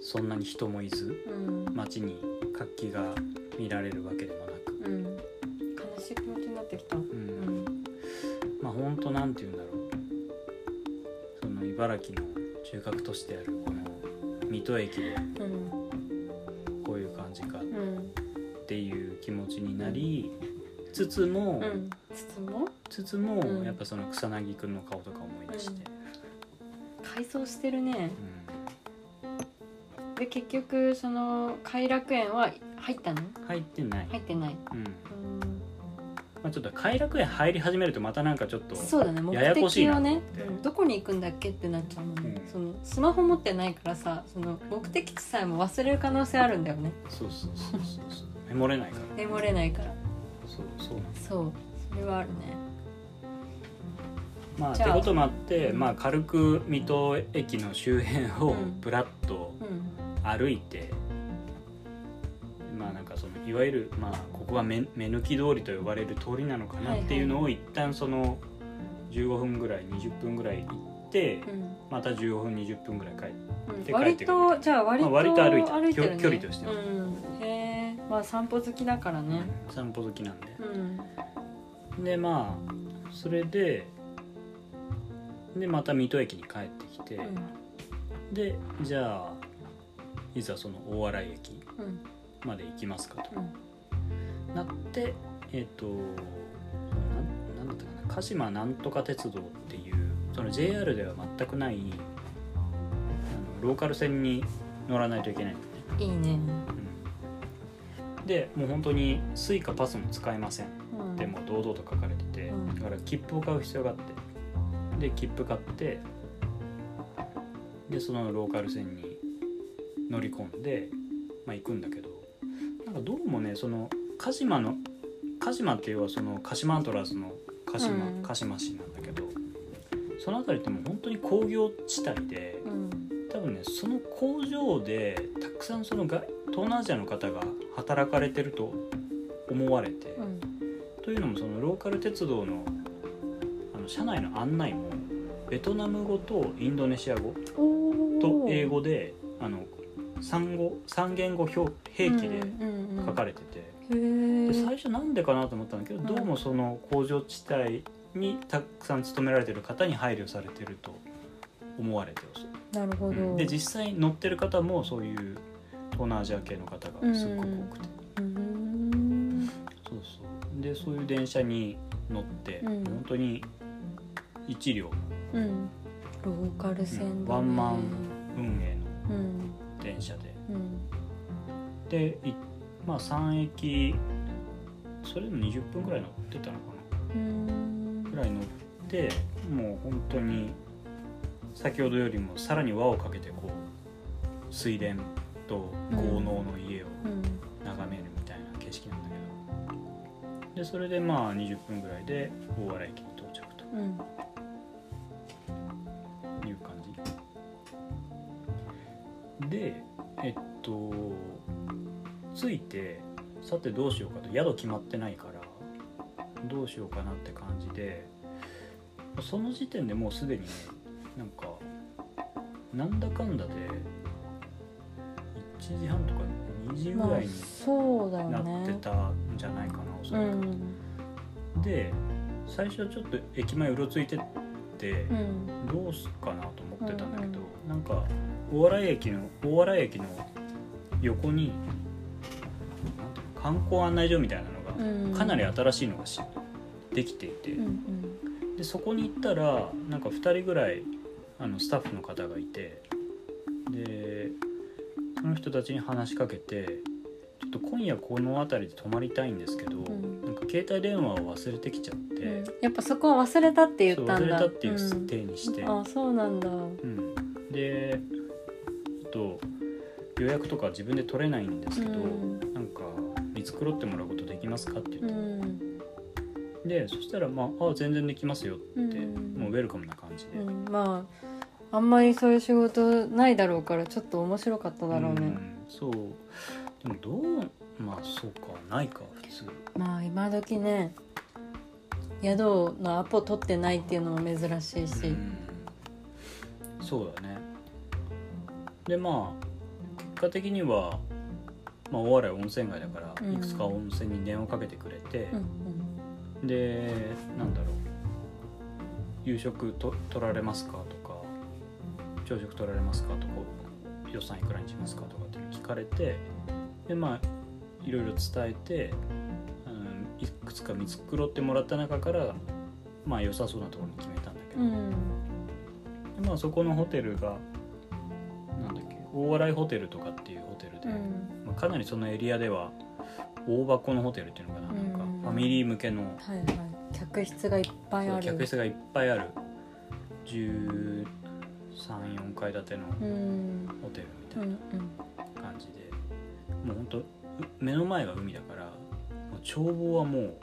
Speaker 1: そんなに人もいず
Speaker 2: うん
Speaker 1: 街に活気が見られるわけでもなく、
Speaker 2: うん悲しい気持ちになってきたう
Speaker 1: うん
Speaker 2: ん
Speaker 1: まあほんとなんていうんだろうその茨城の中核都市であるこの水戸駅で
Speaker 2: うん
Speaker 1: こういう感じかっ
Speaker 2: うん
Speaker 1: ていう気持ちになりつつも、
Speaker 2: うん筒も
Speaker 1: つつも、
Speaker 2: うん
Speaker 1: やっぱその草薙くんの顔とか思い出して、
Speaker 2: 改装してるね
Speaker 1: う
Speaker 2: で結局その偕楽園は入ったの
Speaker 1: ん、入ってない、
Speaker 2: 入ってない
Speaker 1: うん
Speaker 2: うん
Speaker 1: まあ、ちょっと偕楽園入り始めるとまたなんかちょっと
Speaker 2: そうだね目
Speaker 1: ややこしい
Speaker 2: 的
Speaker 1: な
Speaker 2: を
Speaker 1: と
Speaker 2: ね
Speaker 1: 思って
Speaker 2: うんどこに行くんだっけってなっちゃうもんね、
Speaker 1: うん
Speaker 2: そのスマホ持ってないからさその目的地さえも忘れる可能性あるんだよね
Speaker 1: そうそうそうそうそうメモれないから
Speaker 2: 眠れないから
Speaker 1: そうそうなん
Speaker 2: そうそれはあるね
Speaker 1: まあっ
Speaker 2: じ
Speaker 1: て
Speaker 2: ゃあ
Speaker 1: こともあって、
Speaker 2: うん
Speaker 1: まあ、軽く水戸駅の周辺を
Speaker 2: うん
Speaker 1: ぶらっと
Speaker 2: うん
Speaker 1: 歩いて、まあなんかそのいわゆる、まあ、ここは目目抜き通りと呼ばれる通りなのかなっていうのを一旦その15分ぐらい20分ぐらい行って
Speaker 2: うん
Speaker 1: また15分20分ぐらい帰って
Speaker 2: うん
Speaker 1: で
Speaker 2: 割
Speaker 1: 帰ってく
Speaker 2: とじゃあ割と,、
Speaker 1: まあ割と歩いた
Speaker 2: 歩いてる、ね、
Speaker 1: 距距離としては
Speaker 2: うん、へえまあ散歩好きだからね
Speaker 1: 散歩好きなんで。
Speaker 2: うん
Speaker 1: でまあそれででまた水戸駅に帰ってきて、
Speaker 2: うん
Speaker 1: でじゃあいざその大洗駅
Speaker 2: うん
Speaker 1: まで行きますかと
Speaker 2: うん
Speaker 1: なってえっ、となんなんだったかな鹿島なんとか鉄道っていうその JR では全くないあのローカル線に乗らないといけない、
Speaker 2: いいね、
Speaker 1: うん、でもう本当にスイカパスも使えません
Speaker 2: うん、
Speaker 1: でも堂々と書かれてて、
Speaker 2: うん
Speaker 1: だから切符を買う必要があってで切符買ってでそのローカル線に乗り込んで、まあ、行くんだけどなんかどうもねその鹿島の鹿島っていうのはその鹿島アントラーズの鹿島,、
Speaker 2: うん
Speaker 1: 鹿島市なんだけどその辺りってもう本当に工業地帯で
Speaker 2: うん
Speaker 1: 多分ねその工場でたくさんその外東南アジアの方が働かれてると思われて。
Speaker 2: うん
Speaker 1: というのもそのローカル鉄道のあのの車内の案内もベトナム語とインドネシア語
Speaker 2: と
Speaker 1: と英語であの三語三言語表併記で書かれ
Speaker 2: れ
Speaker 1: てて、
Speaker 2: て、うんうんうん、へ
Speaker 1: で
Speaker 2: ー
Speaker 1: 最初なんでかなと思ったんだけど、
Speaker 2: うん
Speaker 1: どうもその工場地帯にたくさん勤められてる方に配慮されてると思われてるそう
Speaker 2: なるほど、
Speaker 1: で実際乗ってる方もそういう東南アジア系の方がすっごく多くて、
Speaker 2: うん
Speaker 1: そうそうでそういう電車に乗って、
Speaker 2: うん
Speaker 1: 本当に一両
Speaker 2: うんローカル線だね、
Speaker 1: ワンマン運営の
Speaker 2: うん
Speaker 1: 電車で
Speaker 2: うん
Speaker 1: でいまあ3駅それでも20分ぐらい乗ってたのかな
Speaker 2: うん
Speaker 1: ぐらい乗ってもう本当に先ほどよりもさらに輪をかけてこう水田と豪農の家を
Speaker 2: うん
Speaker 1: 眺めるみたいな景色なんだけどでそれでまあ20分ぐらいで大洗駅に到着
Speaker 2: うん
Speaker 1: という感じでえっと着いてさてどうしようかと宿決まってないからどうしようかなって感じでその時点でもうすでにねなんかなんだかんだで1時半とか2時ぐ
Speaker 2: まあ
Speaker 1: らいに
Speaker 2: そうだよ
Speaker 1: な
Speaker 2: ね
Speaker 1: ってたんじゃないかなおそらく。
Speaker 2: うん
Speaker 1: で最初ちょっと駅前うろついてって
Speaker 2: う、ん
Speaker 1: どうすっかなと思ってたんだけど、
Speaker 2: うん
Speaker 1: なんか大洗駅の大洗駅の横になんていうの観光案内所みたいなの
Speaker 2: うん
Speaker 1: がかなり新しいのがしできていて、
Speaker 2: うんうん
Speaker 1: でそこに行ったらなんか2人ぐらいあのスタッフの方がいてでその人たちに話しかけて「ちょっと今夜この辺りで泊まりたいんですけど、
Speaker 2: ん
Speaker 1: なんか携帯電話を忘れてきちゃって、
Speaker 2: うんやっぱそこは忘れたって言
Speaker 1: そ
Speaker 2: っ
Speaker 1: う
Speaker 2: た
Speaker 1: 忘
Speaker 2: ん
Speaker 1: れ
Speaker 2: だ
Speaker 1: たっていう
Speaker 2: うん
Speaker 1: 体にして、
Speaker 2: あそうなんだ
Speaker 1: うん、でちょっと予約とか自分で取れないんですけど、
Speaker 2: うん
Speaker 1: なんか見繕ってもらうことできますかって
Speaker 2: う
Speaker 1: 言って、
Speaker 2: ん
Speaker 1: でそしたら、まあ「あ全然できますよ」って、
Speaker 2: うん
Speaker 1: もうウェルカムな感じで、
Speaker 2: うんまああんまりそういう仕事ないだろうからちょっと面白かっただろう
Speaker 1: う
Speaker 2: ね、
Speaker 1: んそうでもどうまあそうかないか普通
Speaker 2: まあ今時ね宿のアポ取ってないっていうのも珍しいし、
Speaker 1: うんそうだねでまあ結果的には、まあ、大洗温泉街だか
Speaker 2: う
Speaker 1: ら
Speaker 2: ん
Speaker 1: いくつか温泉に電話かけてくれて
Speaker 2: うん、
Speaker 1: でなんだろう夕食と取られますかとか朝食取られますかとか予算いくらにしますかとかっていうの聞かれてでまあいろいろ伝えて、うん、いくつか見繕ってもらった中からまあ良さそうなところに決めたんだけど
Speaker 2: う、ん
Speaker 1: でまあ、そこのホテルがなんだっけ大洗ホテルとかっていうホテル
Speaker 2: う
Speaker 1: で、
Speaker 2: ん
Speaker 1: まあ、かなりそのエリアでは大箱のホテルっていうのかな,、なんか
Speaker 2: うん
Speaker 1: ファミリー向けの
Speaker 2: はいはい客室がいっぱい
Speaker 1: そ
Speaker 2: あ
Speaker 1: う
Speaker 2: る
Speaker 1: 客室がいっぱいある134階建ての
Speaker 2: うん
Speaker 1: ホテルみた
Speaker 2: う
Speaker 1: い
Speaker 2: ん
Speaker 1: な感じで、もうほんとう目の前が海だからもう眺望はもう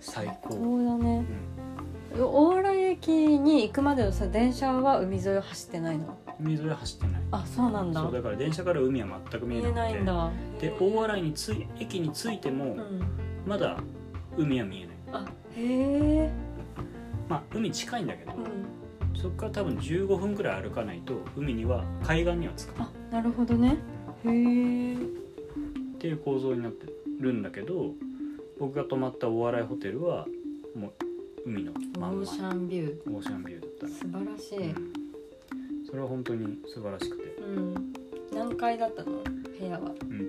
Speaker 1: 最高、うん
Speaker 2: そうだね大洗駅に行くまでのさ電車は海沿いを走ってないの
Speaker 1: 海沿いは走ってない
Speaker 2: あそうなんだ
Speaker 1: そうだから電車から海は全く見
Speaker 2: 見
Speaker 1: え
Speaker 2: え
Speaker 1: な
Speaker 2: ない
Speaker 1: くて
Speaker 2: んだ
Speaker 1: で大洗につい駅に着いても、
Speaker 2: うん
Speaker 1: まだ海は見えない
Speaker 2: あへえ
Speaker 1: まあ海近いんだけど、
Speaker 2: うん
Speaker 1: そこから多分15分くらい歩かないと海には海岸には着かない
Speaker 2: あなるほどねへえ
Speaker 1: っていう構造になってるんだけど僕が泊まったお笑いホテルはもう海の
Speaker 2: オ
Speaker 1: まんま
Speaker 2: ーシャンビュ
Speaker 1: オーシャンビューだった
Speaker 2: ー
Speaker 1: ね
Speaker 2: 素晴らしい
Speaker 1: うんそれは本当に素晴らしくて
Speaker 2: うん何階だったの部屋は
Speaker 1: うんとね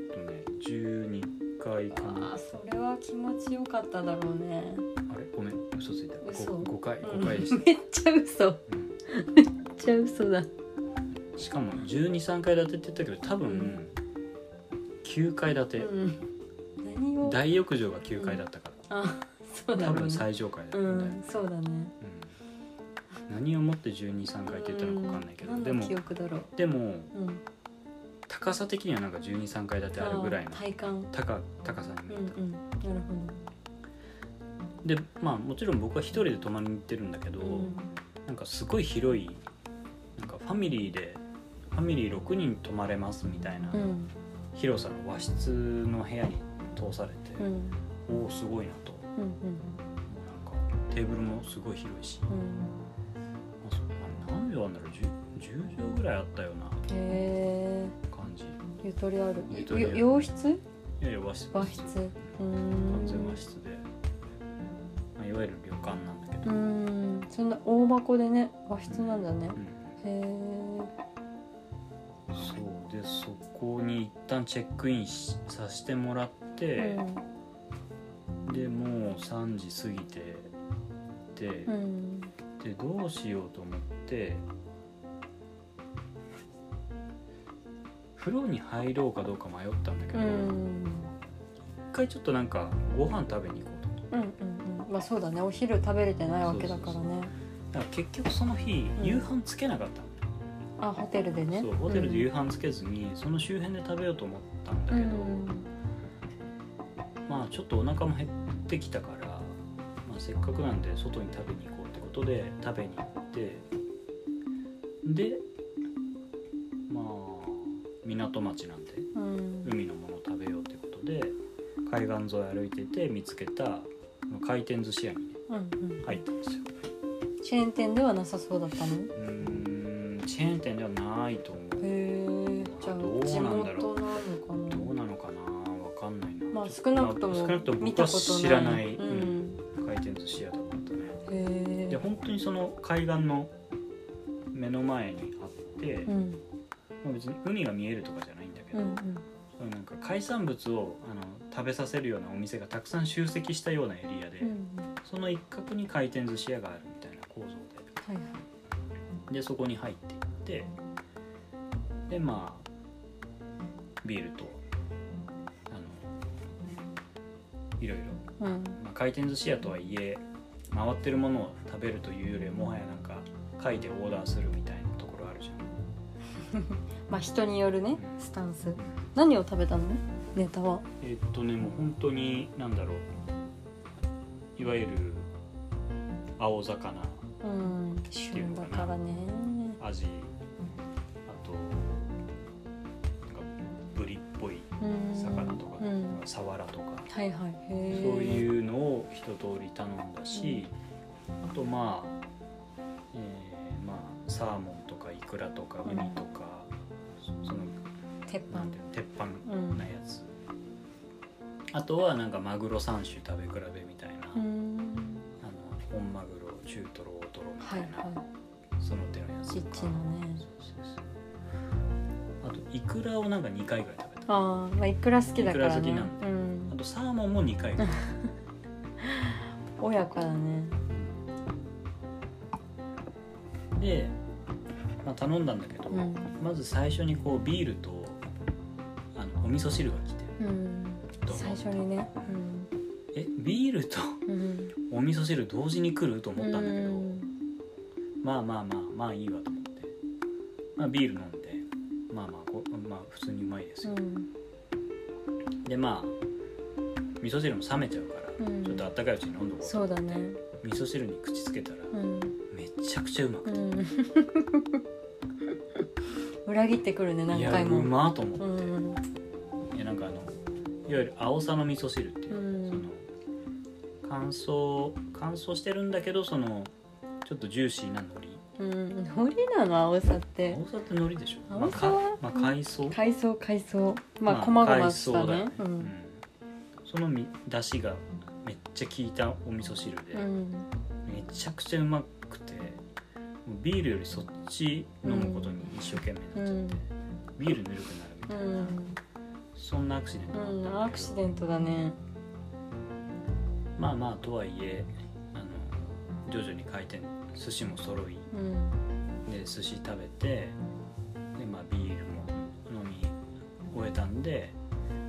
Speaker 1: 12階かな
Speaker 2: あーそれは気持ちよかっただろうね
Speaker 1: あれごめん嘘ついた
Speaker 2: 嘘
Speaker 1: 5, 回
Speaker 2: うん
Speaker 1: 5回でした、
Speaker 2: めっちゃ嘘
Speaker 1: うん
Speaker 2: めっちゃ嘘だ
Speaker 1: しかも1 2 3階建てって言ったけど多分9階建て、
Speaker 2: うん何を
Speaker 1: 大浴場が9階だったか
Speaker 2: あそう
Speaker 1: ら、
Speaker 2: だ
Speaker 1: 多
Speaker 2: ろう
Speaker 1: 分
Speaker 2: ね
Speaker 1: 最上階だった
Speaker 2: うん
Speaker 1: だよ、
Speaker 2: んそうだね
Speaker 1: うん何をもって1 2 3階って言ったのか分かんないけど、
Speaker 2: うん
Speaker 1: で
Speaker 2: 何の
Speaker 1: も
Speaker 2: 記憶だろう
Speaker 1: でも
Speaker 2: うん
Speaker 1: 高さ的にはなんか1 2 3階建てあるぐらいの
Speaker 2: あー体感
Speaker 1: 高高さに
Speaker 2: う
Speaker 1: 見え
Speaker 2: んうん
Speaker 1: た、
Speaker 2: なるほ
Speaker 1: でまあもちろん僕は一人で泊まりに行ってるんだけど、
Speaker 2: どうん
Speaker 1: なんかすごい広いなんかファミリーでファミリー6人泊まれますみたいな
Speaker 2: うん
Speaker 1: 広さの和室の部屋に通され
Speaker 2: うんう
Speaker 1: て、
Speaker 2: ん
Speaker 1: おおすごいなと
Speaker 2: う
Speaker 1: なん
Speaker 2: ん
Speaker 1: かテーブルもすごい広いし、
Speaker 2: う
Speaker 1: あ
Speaker 2: ん
Speaker 1: そうあれ何畳あんだろう 10, 10畳ぐらいあったような
Speaker 2: へ
Speaker 1: 感じい
Speaker 2: えゆとりある
Speaker 1: ゆとりある
Speaker 2: よ洋室
Speaker 1: やいや和室
Speaker 2: 和室うーん
Speaker 1: 完全和室で、まあ、いわゆる旅館なんだけ
Speaker 2: う
Speaker 1: ど、
Speaker 2: んそんな大箱でね和室なんだね
Speaker 1: うん
Speaker 2: へえ
Speaker 1: そうでそこに一旦チェックインしさせてもらって、でもう3時過ぎてて、
Speaker 2: うんうん
Speaker 1: でどうしようと思って風呂に入ろうかどうか迷ったんだけど、
Speaker 2: うん
Speaker 1: 一回ちょっとなんかご飯食べに行こうと思って
Speaker 2: うんうんまあそうだねお昼食べれてないわけだからね
Speaker 1: だから結局その日、
Speaker 2: うん
Speaker 1: 夕飯つけなかったの
Speaker 2: あホテルでね
Speaker 1: そうホテルで夕飯つけずに、その周辺で食べようと思ったんだけど、まあちょっとお腹も減ってきたから、まあ、せっかくなんで外に食べに行こうってことで食べに行ってでまあ港町なんで
Speaker 2: うんうん
Speaker 1: 海のものを食べようってことで海岸沿い歩いてて見つけたこの回転寿司屋にね
Speaker 2: うんうん
Speaker 1: 入ったんですよ
Speaker 2: チェーン店ではなさそうだったの
Speaker 1: うーんチェーン店ではないと思う
Speaker 2: へえじゃあ
Speaker 1: どう
Speaker 2: 地
Speaker 1: なん
Speaker 2: 元
Speaker 1: だ
Speaker 2: な
Speaker 1: ろ
Speaker 2: のかな
Speaker 1: どうなのかなわかんないな、
Speaker 2: まあ少なくと
Speaker 1: まあ
Speaker 2: も
Speaker 1: 少なくとも
Speaker 2: 見
Speaker 1: 僕
Speaker 2: た
Speaker 1: は
Speaker 2: ことない
Speaker 1: 知らない、
Speaker 2: う
Speaker 1: うん
Speaker 2: ん、
Speaker 1: 回転寿司屋だったね
Speaker 2: へ
Speaker 1: で
Speaker 2: え
Speaker 1: 本当にその海岸の目の前にあって、
Speaker 2: う
Speaker 1: ま
Speaker 2: ん
Speaker 1: あ別に海が見えるとかじゃないんだけ
Speaker 2: う
Speaker 1: ど、
Speaker 2: ん
Speaker 1: そういうなんか海産物をあの食べさせるようなお店がたくさん集積したようなエリアで、
Speaker 2: うんうん
Speaker 1: その一角に回転寿司屋があるみたいな構造で
Speaker 2: はいはい
Speaker 1: でそこに入っていってでまあビールとあのいろいろ、
Speaker 2: うん
Speaker 1: まあ、回転寿司屋とはいえ回ってるものを食べるというよりはもはやなんか書いてオーダーするみたいなところあるじゃ
Speaker 2: まあ人によるねスタンス何を食べたのネタは
Speaker 1: んえっとねもう本当に何だろういわゆる青魚
Speaker 2: うん旬だからね
Speaker 1: アジあとなんかブリっぽい
Speaker 2: うん
Speaker 1: 魚とか
Speaker 2: うん
Speaker 1: サワラとか
Speaker 2: はいはいへ
Speaker 1: そう
Speaker 2: えう
Speaker 1: いうのを一通り頼んだしあとまあえーまあサーモンとかイクラとかウニとかその
Speaker 2: 鉄板
Speaker 1: なんていうの鉄板
Speaker 2: うん
Speaker 1: なやつあとはなんかマグロ3種食べ比べみたいな、
Speaker 2: うん
Speaker 1: あの本マグロ中トロ大トロみ
Speaker 2: は
Speaker 1: た
Speaker 2: い
Speaker 1: いな、
Speaker 2: は
Speaker 1: その手のやつ
Speaker 2: いちっちゃいのね
Speaker 1: そうそうそうあとイクラをなんか2回ぐらい食べたあ
Speaker 2: ああまあいくら好きだから
Speaker 1: いく
Speaker 2: ね
Speaker 1: ら好きなん
Speaker 2: うん
Speaker 1: とサーモンも2回ぐらい
Speaker 2: 親子だね
Speaker 1: で、まあ、頼んだんだけど、
Speaker 2: うん
Speaker 1: まず最初にこうビールとあのお味噌汁が来て
Speaker 2: うん
Speaker 1: どう
Speaker 2: 最初にねうん
Speaker 1: えビールと
Speaker 2: うん
Speaker 1: お味噌汁同時に来ると思ったんだけど、
Speaker 2: うん
Speaker 1: まあまあまあまあいいわと思って、まあ、ビール飲んでまあまあこまあ普通にうまいですよ、でまあ味噌汁も冷めちゃうから、
Speaker 2: うん
Speaker 1: ちょっとあったかいうちに飲んどこうと
Speaker 2: そうだね
Speaker 1: 味噌汁に口つけたら、
Speaker 2: うん
Speaker 1: めちゃくちゃうまく
Speaker 2: う
Speaker 1: て、
Speaker 2: ん 裏切ってくるね
Speaker 1: い
Speaker 2: 何
Speaker 1: や
Speaker 2: 回
Speaker 1: う
Speaker 2: も
Speaker 1: まーと思って、
Speaker 2: うん
Speaker 1: いやなんかあのいわゆる青さの味噌汁っていう、
Speaker 2: うん
Speaker 1: その乾燥乾燥してるんだけどそのちょっとジューシーな海
Speaker 2: うん海苔なの青さっ
Speaker 1: 苔
Speaker 2: て
Speaker 1: 青さって海苔でしょまあ
Speaker 2: 青さは
Speaker 1: かまあ海藻、
Speaker 2: 海藻海藻まあこまごました
Speaker 1: 海藻
Speaker 2: ねう
Speaker 1: うん
Speaker 2: ん
Speaker 1: そのみ出汁がめっちゃ効いたお味噌汁で、
Speaker 2: うん
Speaker 1: めちゃくちゃうまくてもうビールよりそっち飲むことに一生懸命になっちゃって、ビールぬるくなるみ
Speaker 2: う
Speaker 1: たいな、
Speaker 2: ん
Speaker 1: そんなアクシデントだったんだけ
Speaker 2: う
Speaker 1: ど、
Speaker 2: んアクシデントだね
Speaker 1: まあまあとはいえあの徐々に回転寿司も揃い
Speaker 2: うん
Speaker 1: で寿司食べてで、まあ、ビールも飲み終えたんで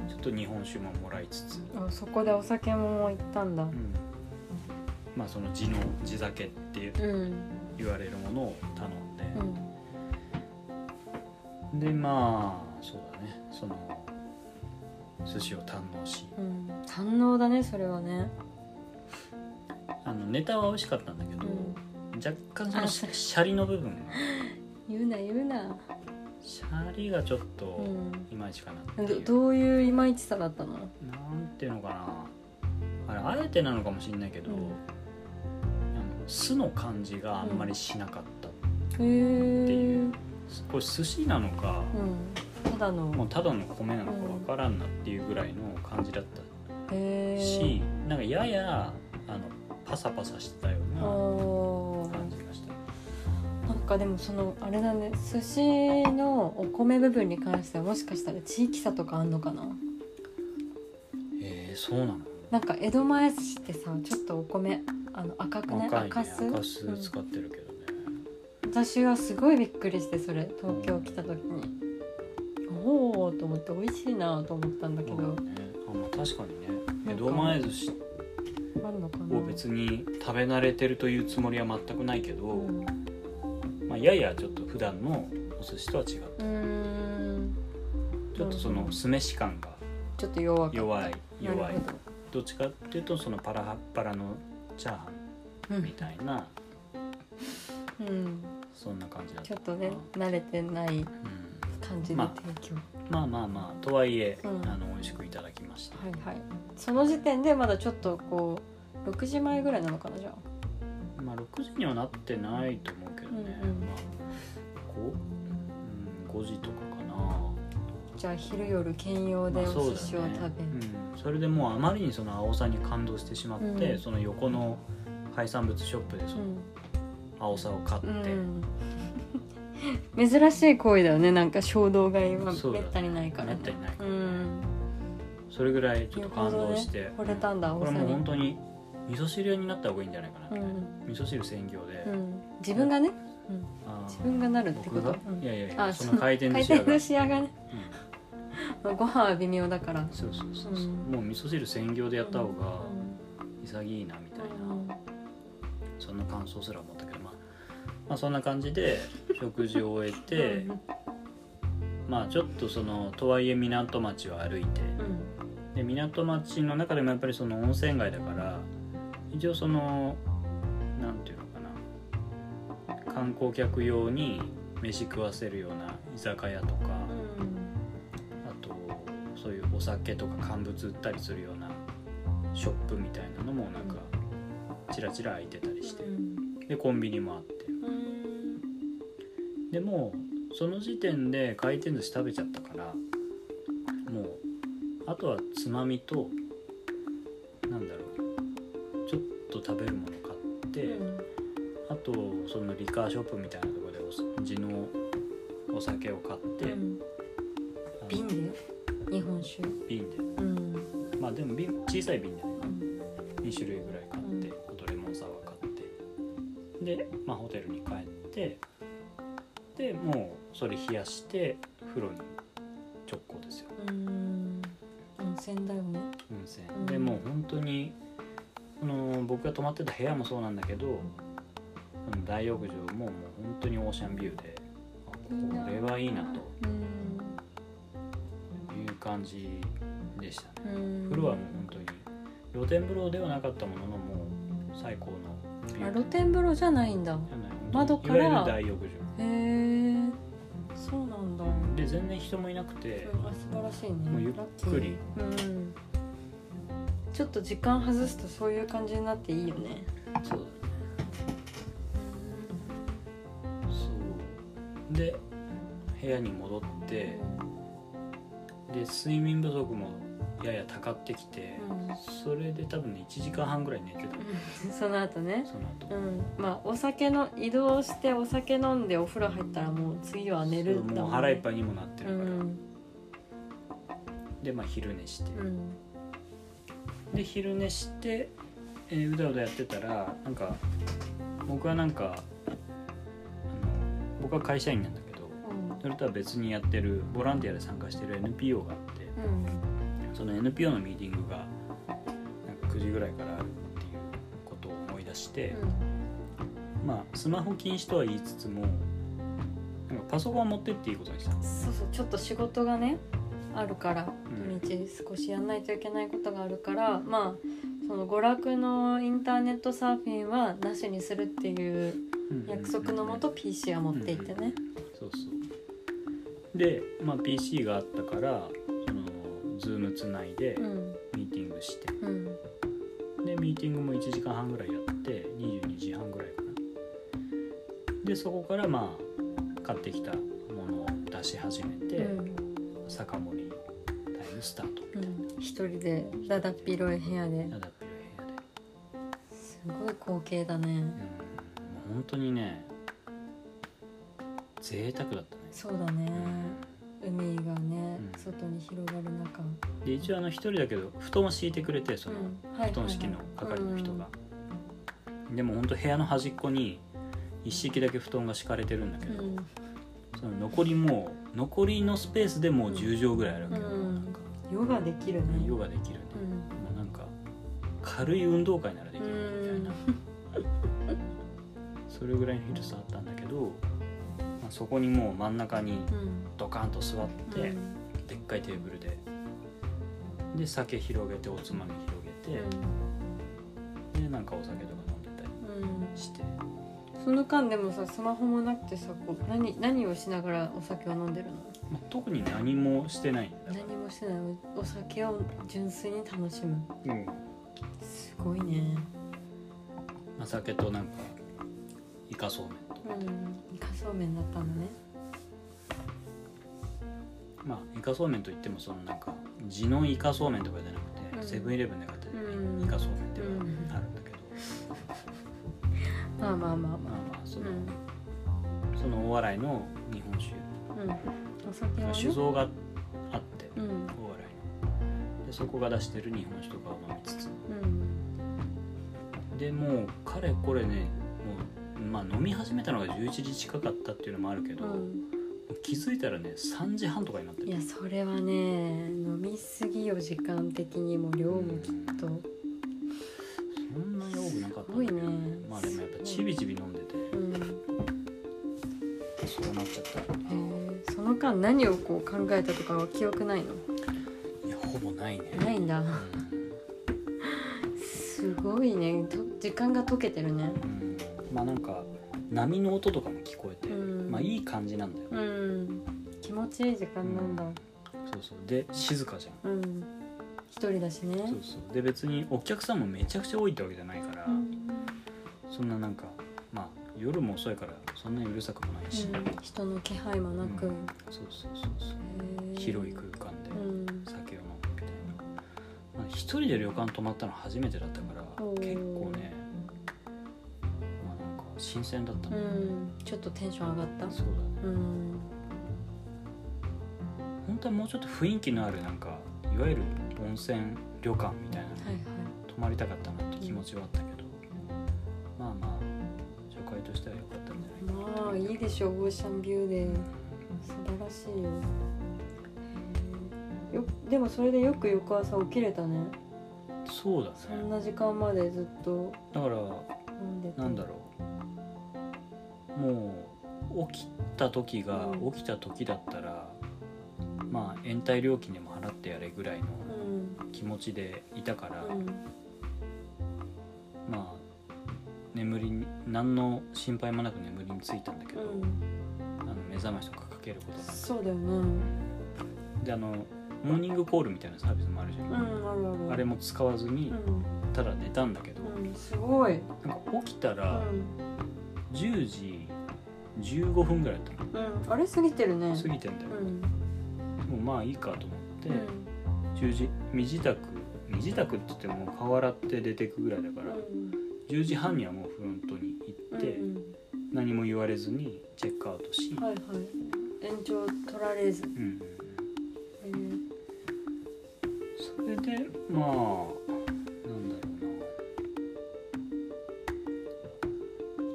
Speaker 1: ちょっと日本酒ももらいつつ、
Speaker 2: あそこでお酒も行ったんだ
Speaker 1: うんまあその地の地酒って
Speaker 2: うん
Speaker 1: 言われるものを頼んで
Speaker 2: う、ん
Speaker 1: でまあそうだねその寿司を堪能し
Speaker 2: うん堪能だねそれはね
Speaker 1: あのネタは美味しかったんだけど、若干その
Speaker 2: あ
Speaker 1: シ
Speaker 2: そ
Speaker 1: ャリの部分が
Speaker 2: 言うな言うな
Speaker 1: シャリがちょっ
Speaker 2: う
Speaker 1: と
Speaker 2: ん
Speaker 1: いまいちかなっていう
Speaker 2: どどういういまいちさだったの
Speaker 1: なんていうのかなあれあえてなのかもしれないけど、
Speaker 2: うん
Speaker 1: 酢の感じがあんまりしなかった、
Speaker 2: へえ
Speaker 1: うこれ寿司なのか、
Speaker 2: うんただの
Speaker 1: もうただの米なのかわからんなっていうぐらいの感じだった
Speaker 2: へえ
Speaker 1: し、なんかややあのパサパサしたよ
Speaker 2: あ
Speaker 1: うな
Speaker 2: ー
Speaker 1: 感じがした、
Speaker 2: なんかでもそのあれだね寿司のお米部分に関してはもしかしたら地域差とかあんのかな
Speaker 1: えー、そうなの
Speaker 2: なんか江戸前寿司ってさちょっとお米あの赤くね
Speaker 1: 赤いね
Speaker 2: 赤酢
Speaker 1: 赤酢使ってるけどね、
Speaker 2: 私はすごいびっくりしてそれ東京来た時に、おおと思って美味しいなと思ったんだけど、
Speaker 1: そうだねあまあ確かにね
Speaker 2: な
Speaker 1: 江
Speaker 2: んか
Speaker 1: 戸前寿司
Speaker 2: あるのかな
Speaker 1: を別に食べ慣れてるというつもりは全くないけど、
Speaker 2: うん
Speaker 1: まあ、ややちょっと普段のお寿司とは違う
Speaker 2: うーん
Speaker 1: ちょっとその酢飯感が
Speaker 2: ちょっと弱かった
Speaker 1: 弱い
Speaker 2: なるほ
Speaker 1: 弱いどっちかっていうとそのパラッパラのチャーハ
Speaker 2: どう
Speaker 1: ンみ
Speaker 2: ん、
Speaker 1: たいな
Speaker 2: うん、
Speaker 1: そんな感じだっ
Speaker 2: ち
Speaker 1: た
Speaker 2: ょっとね慣れてない
Speaker 1: うん
Speaker 2: 感じの
Speaker 1: まあ
Speaker 2: 提供、
Speaker 1: まあまあまあとはいえ、
Speaker 2: うん
Speaker 1: あの美味しくいただきました、
Speaker 2: はいはいその時点でまだちょっとこう6時前ぐらいなのかなじゃあ
Speaker 1: まあ6時にはなってないと思うけどね、
Speaker 2: うんうん
Speaker 1: まあ5、うん、5時とかかな
Speaker 2: じゃあ昼夜兼用で
Speaker 1: まあそう
Speaker 2: お
Speaker 1: だ
Speaker 2: 寿司を食べ、
Speaker 1: ねうん、それでもうあまりにその青さに感動してしまって、
Speaker 2: うん
Speaker 1: その横の海産物ショップでその青さを買って、
Speaker 2: うん、珍しい行為だよねなんか衝動買いは
Speaker 1: そうだ
Speaker 2: め
Speaker 1: ね
Speaker 2: ったにないから
Speaker 1: めったにないか
Speaker 2: う
Speaker 1: らね
Speaker 2: ん
Speaker 1: それぐらいちょっと感動して、
Speaker 2: よほどね惚れたんだ
Speaker 1: うこれもう本当に味噌汁屋になった方がいいんじゃないかなみ
Speaker 2: う
Speaker 1: たいな、
Speaker 2: ん、
Speaker 1: 味噌汁専業で、
Speaker 2: うん、自分がね
Speaker 1: あー
Speaker 2: 自分がなるってこ
Speaker 1: 僕
Speaker 2: と
Speaker 1: が、
Speaker 2: うん
Speaker 1: いやいやい
Speaker 2: あ
Speaker 1: やその回転寿
Speaker 2: 回
Speaker 1: 司屋
Speaker 2: 転
Speaker 1: が
Speaker 2: 寿司屋がねご飯は微妙だから
Speaker 1: そうそうそうそう、
Speaker 2: うん
Speaker 1: もう味噌汁専業でやった方が
Speaker 2: うん
Speaker 1: 潔いなみたいな、そんな感想すら思ったけどまあまあそんな感じで食事を終えて
Speaker 2: うん
Speaker 1: まあちょっとそのとはいえ港町を歩いてで港町の中でもやっぱりその温泉街だから一応そのなんていうのかな観光客用に飯食わせるような居酒屋とかあとそういうお酒とか乾物売ったりするようなショップみたいなのもなんかちらちら空いてたりして
Speaker 2: うん
Speaker 1: でコンビニもあって
Speaker 2: うん
Speaker 1: でもうその時点で回転寿司食べちゃったからもうあとはつまみとなんだろうちょっと食べるもの買って、あとそのリカーショップみたいなところでお地のお酒を買って、
Speaker 2: うん
Speaker 1: あの
Speaker 2: 瓶で日本酒
Speaker 1: 瓶で
Speaker 2: うん
Speaker 1: まあでも瓶小さい瓶でね
Speaker 2: うん
Speaker 1: 2種類ぐらい買って、あとレモンサワー買ってで、まあ、ホテルに帰ってでもうそれ冷やして風呂に直行ですよ
Speaker 2: うん温泉だよね
Speaker 1: 温泉、
Speaker 2: うん
Speaker 1: でもう本当にこの僕が泊まってた部屋もそうなんだけどこの大浴場ももう本当にオーシャンビューであこれはいいなと
Speaker 2: うん
Speaker 1: いう感じでしたね
Speaker 2: うん
Speaker 1: 風呂はもう本当に露天風呂ではなかったもののもう最高のビュ
Speaker 2: あ
Speaker 1: ー
Speaker 2: 露天風呂じゃないんだ
Speaker 1: じゃない
Speaker 2: 窓か
Speaker 1: い
Speaker 2: ら
Speaker 1: わゆる大浴場
Speaker 2: へえそうなんだ、うん、
Speaker 1: で全然人もいなくて、
Speaker 2: あ素晴らしい
Speaker 1: もうゆ
Speaker 2: ね
Speaker 1: っ
Speaker 2: ラッキー
Speaker 1: くり
Speaker 2: うんちょっと時間外すとそういう感じになっていいよね
Speaker 1: そうだねそうで部屋に戻ってで睡眠不足もややたかってきて、
Speaker 2: うん
Speaker 1: それで多分ね1時間半ぐらい寝てた、
Speaker 2: その後ね
Speaker 1: その後
Speaker 2: うんまあお酒の移動してお酒飲んでお風呂入ったらもう次は寝る
Speaker 1: そ
Speaker 2: ん
Speaker 1: う
Speaker 2: だ
Speaker 1: もう腹いっぱいにもなって
Speaker 2: う
Speaker 1: るから、
Speaker 2: ん
Speaker 1: でまあ昼寝して、
Speaker 2: うん
Speaker 1: で昼寝して、えーうだうだやってたらなんか僕はなんかあの僕は会社員なんだけどそれとは別にやってるボランティアで参加してる NPO があって
Speaker 2: うん
Speaker 1: その NPO のミーティングがなんか9時ぐらいからあるっていうことを思い出して、まあスマホ禁止とは言いつつもなんかパソコンを持ってっていいことにしたの
Speaker 2: そうそうちょっと仕事がねあるから
Speaker 1: ん
Speaker 2: 土日少しやんないといけないことがあるから、まあその娯楽のインターネットサーフィンはなしにするっていう約束のもと PC は持っていってね。
Speaker 1: そうそうで、まあ、PC があったからその Zoom つないで
Speaker 2: うん
Speaker 1: ミーティングして、
Speaker 2: うん
Speaker 1: でミーティングも1時間半ぐらいやって22時半ぐらいでそこからまあ買ってきたものを出し始めて、
Speaker 2: うん
Speaker 1: 酒盛りタイムスタート
Speaker 2: うん、一人でだだっ広い部屋で
Speaker 1: ただっていう部屋で、
Speaker 2: すごい光景だね
Speaker 1: うん、もう本当にね贅沢だったね
Speaker 2: そうだね海がね、
Speaker 1: うん
Speaker 2: 外に広がる中、
Speaker 1: で一応あの一人だけど布団を敷いてくれてその、
Speaker 2: うんはい
Speaker 1: 布団敷きの係の人が、でも本当部屋の端っこに一式だけ布団が敷かれてるんだけ
Speaker 2: う
Speaker 1: ど、
Speaker 2: ん
Speaker 1: その残りもう残りのスペースでもう10畳ぐらいあるわけど、
Speaker 2: うん
Speaker 1: なんか
Speaker 2: ヨガできるね
Speaker 1: ヨガできるね、
Speaker 2: うん
Speaker 1: もうなんか軽い運動会ならできるみたいな、 それぐらいの広さだったんだけど、まあ、そこにもう真ん中に
Speaker 2: うん
Speaker 1: ドカンと座って、
Speaker 2: うん
Speaker 1: でっかいテーブルでで酒広げておつまみ広げて、でなんかお酒とか飲んでたり
Speaker 2: うん
Speaker 1: して
Speaker 2: その間でもさスマホもなくてさこう何何をしながらお酒を飲んでるの
Speaker 1: まあ特に何もしてないんだか
Speaker 2: 何もしてないおお酒を純粋に楽しむ
Speaker 1: ら、うん
Speaker 2: すごいね
Speaker 1: まあ酒となんかイカそうめんと
Speaker 2: うんイカそうめんだったんだね
Speaker 1: まあイカそうめんといってもそのなんか地のイカそうめんとかじゃなくて、
Speaker 2: うん
Speaker 1: セブンイレブンで買って
Speaker 2: うん
Speaker 1: イカそうめんっていうのがあるんだけど、
Speaker 2: まあまあまあま
Speaker 1: まあまあそ
Speaker 2: あ
Speaker 1: の,、その大洗の日本酒
Speaker 2: うん、うん、お酒はね
Speaker 1: 酒造があって
Speaker 2: う
Speaker 1: 大洗
Speaker 2: ん
Speaker 1: のでそこが出してる日本酒とかを飲みつつ
Speaker 2: うん
Speaker 1: でもうかれこれねもうまあ飲み始めたのが11時近かったっていうのもあるけど、
Speaker 2: う
Speaker 1: 気づいたらね3時半とかになって
Speaker 2: ん
Speaker 1: る
Speaker 2: いやそれはね飲みすぎよ時間的にも量もきっと
Speaker 1: そんなに多くなかった
Speaker 2: すごいね
Speaker 1: まあでもやっぱちびちび飲んでて
Speaker 2: うん
Speaker 1: そうなっちゃった
Speaker 2: へーその間何をこう考えたとかは記憶ないの
Speaker 1: いやほぼないね
Speaker 2: ないんだ
Speaker 1: う
Speaker 2: すごいねと時間が溶けてるね
Speaker 1: んうんまあなんか波の音とかも聞こえて、
Speaker 2: うん
Speaker 1: まあいい感じなんだよ、
Speaker 2: うん気持ちいい時間なんだ
Speaker 1: そうそうで静かじゃん
Speaker 2: うん、一人だしね
Speaker 1: そうそうで別にお客さんもめちゃくちゃ多いってわけじゃないから、
Speaker 2: うん
Speaker 1: そんななんかまあ夜も遅いからそんなにうるさくもないし、
Speaker 2: うん人の気配もなく、
Speaker 1: うんそうそうそうそう
Speaker 2: へー
Speaker 1: 広い空間で
Speaker 2: うん
Speaker 1: 酒を飲むみたいな、まあ、一人で旅館泊まったの初めてだったから
Speaker 2: おー
Speaker 1: 結構ね、まあ、なんか新鮮だった
Speaker 2: う
Speaker 1: ね、
Speaker 2: んちょっとテンション上がった
Speaker 1: そうだね、
Speaker 2: うん
Speaker 1: 本当はもうちょっと雰囲気のあるなんかいわゆる温泉旅館みたいなのに
Speaker 2: はいはい
Speaker 1: 泊まりたかったなって気持ちはあったけど、まあまあ初回としては良かったんじゃないかな
Speaker 2: まあいいでしょうオーシャンビューで素晴らしいよへーよでもそれでよく翌朝起きれたね
Speaker 1: そうだ
Speaker 2: そん
Speaker 1: ね
Speaker 2: な時間までずっと
Speaker 1: だから
Speaker 2: 飲んでて
Speaker 1: なんだろうもう起きた時が
Speaker 2: うん
Speaker 1: 起きた時だったらまあ延滞料金でも払ってやれぐらいの
Speaker 2: うん
Speaker 1: 気持ちでいたから、
Speaker 2: うん
Speaker 1: まあ眠りに何の心配もなく眠りについたんだけ
Speaker 2: う
Speaker 1: ど、
Speaker 2: ん
Speaker 1: あの目覚ましとかかけることな
Speaker 2: そうだよねうん
Speaker 1: くであのモーニングコールみたいなサービスもあるじゃ
Speaker 2: あ
Speaker 1: ん、
Speaker 2: るある
Speaker 1: あれも使わずに
Speaker 2: うん
Speaker 1: ただ寝たんだけど、
Speaker 2: うんすごい
Speaker 1: なんか起きた
Speaker 2: う
Speaker 1: ら
Speaker 2: ん
Speaker 1: 10時15分ぐらいだった
Speaker 2: うんあれ過ぎてるね
Speaker 1: の過ぎてんだよ
Speaker 2: う、ん
Speaker 1: もうまあいいかと思って、
Speaker 2: うん
Speaker 1: 10時身支度身支度って言っても顔洗って出てくぐらいだから、10時半にはもうフロントに行
Speaker 2: うん
Speaker 1: って、
Speaker 2: うん
Speaker 1: 何も言われずにチェックアウトし、
Speaker 2: はいはい延長取られず、
Speaker 1: うんうんうん
Speaker 2: え
Speaker 1: そ
Speaker 2: ー
Speaker 1: れでまあなんだろ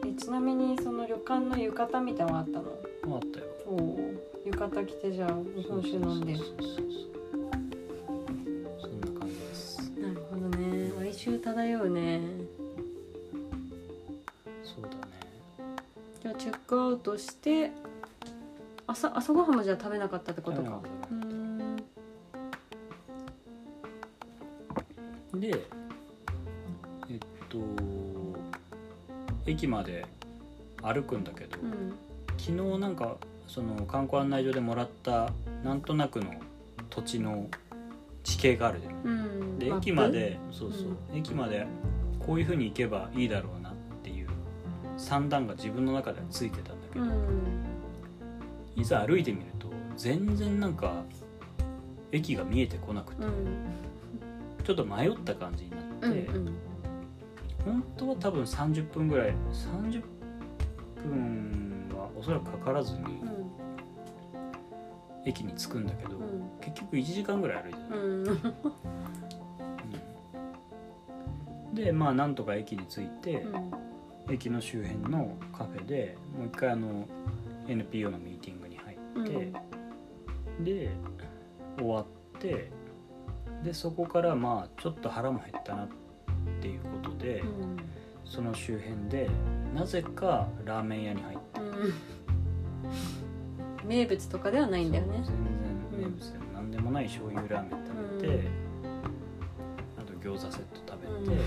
Speaker 2: えちなみにその旅館の浴衣みたいなのはあったの
Speaker 1: うなあったよ
Speaker 2: おお浴衣着てじゃあ日本酒飲んで
Speaker 1: そうそうそうそうそんな感じです
Speaker 2: なるほどね哀愁漂うね
Speaker 1: そうだね
Speaker 2: じゃあチェックアウトして朝朝ごはんもじゃあ食べなかったってこと
Speaker 1: 食
Speaker 2: か
Speaker 1: べなかっ
Speaker 2: う
Speaker 1: た
Speaker 2: ーん
Speaker 1: でえっと駅まで歩くんだけど、
Speaker 2: うん
Speaker 1: 昨日なんかその観光案内所でもらったなんとなくの土地の地形があるじゃん
Speaker 2: うん
Speaker 1: で
Speaker 2: マップ
Speaker 1: 駅までそうそう、駅までこういうふうに行けばいいだろうなっていう算段が自分の中ではついてたんだけ
Speaker 2: う
Speaker 1: ど、
Speaker 2: ん
Speaker 1: いざ歩いてみると全然なんか駅が見えてこなくて、
Speaker 2: うん
Speaker 1: ちょっと迷った感じになって、
Speaker 2: うんうん
Speaker 1: 本当は多分30分ぐらい30分はおそらくかからずに駅に着くんだけど、
Speaker 2: うん
Speaker 1: 結局1時間ぐらい歩いて
Speaker 2: う
Speaker 1: た、
Speaker 2: ん
Speaker 1: うんでまあなんとか駅に着いて、
Speaker 2: うん
Speaker 1: 駅の周辺のカフェでもう一回あの NPO のミーティングに入って、で終わってでそこからまあちょっと腹も減ったなっていうことで、
Speaker 2: うん
Speaker 1: その周辺でなぜかラーメン屋に入って
Speaker 2: うん名物とかではないんだよね
Speaker 1: そう全然名物でも何でもない醤油ラーメン食べて、
Speaker 2: うん
Speaker 1: あと餃子セット食べて、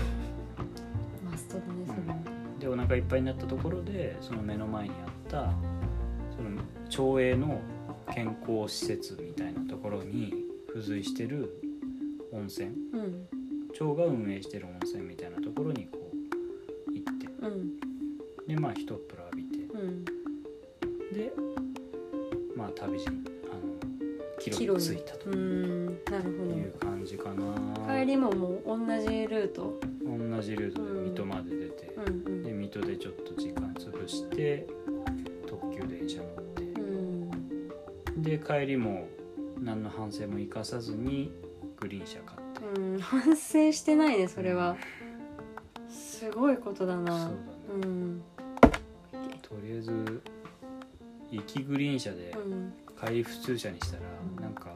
Speaker 2: マストだねそれは
Speaker 1: うんでお腹いっぱいになったところでその目の前にあったその町営の健康施設みたいなところに付随してる温泉
Speaker 2: うん
Speaker 1: 町が運営してる温泉みたいなところにこう行っ
Speaker 2: うん
Speaker 1: てでまあ一っ風呂浴びて
Speaker 2: うん
Speaker 1: でまあ旅路にあの帰路に着いたと
Speaker 2: うんなる
Speaker 1: いう
Speaker 2: ほ
Speaker 1: 感じか
Speaker 2: ど帰
Speaker 1: な
Speaker 2: りももう同じルート
Speaker 1: 同じルートで水戸まで出て、
Speaker 2: うん
Speaker 1: で水戸でちょっと時間潰して特急電車乗って
Speaker 2: うんうん
Speaker 1: で帰りも何の反省も生かさずにグリーン車買って
Speaker 2: うん反省してないねそれはすごいことだ
Speaker 1: そうだ
Speaker 2: な
Speaker 1: ね、
Speaker 2: うん
Speaker 1: とりあえず行きグリーン車で
Speaker 2: うん
Speaker 1: 帰り普通車にしたらなんか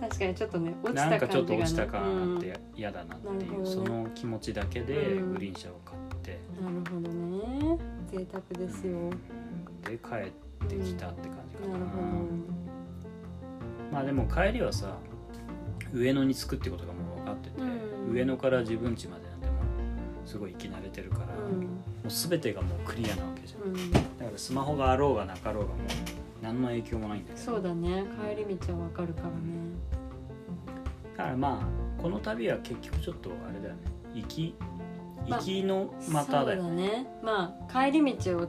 Speaker 2: 確かにちょっとね落ち
Speaker 1: なん
Speaker 2: た
Speaker 1: かちょっ
Speaker 2: 感
Speaker 1: と
Speaker 2: じ
Speaker 1: 落ちた
Speaker 2: が
Speaker 1: 感あっ
Speaker 2: ね
Speaker 1: て嫌だなっていう、
Speaker 2: なるほどね
Speaker 1: その気持ちだけで
Speaker 2: うん
Speaker 1: グリーン車を買って、
Speaker 2: うんなるほどね贅沢ですよ
Speaker 1: で帰ってきたって感じかな
Speaker 2: なるほ
Speaker 1: まあでも帰りはさ上野に着くってことがもう分かってて、
Speaker 2: うん
Speaker 1: 上野から自分家までなんてもうすごい行き慣れてるから、
Speaker 2: どう
Speaker 1: も
Speaker 2: ん
Speaker 1: う全てがもうクリアなわけじゃん、
Speaker 2: うん
Speaker 1: だからスマホがあろうがなかろうがもう何の影響もないんだけど
Speaker 2: そうだね帰り道はわかるからね
Speaker 1: だからまあこの旅は結局ちょっとあれだよね行き
Speaker 2: まあ
Speaker 1: 行きのまただよ、
Speaker 2: そうだねまあ帰り道を違うル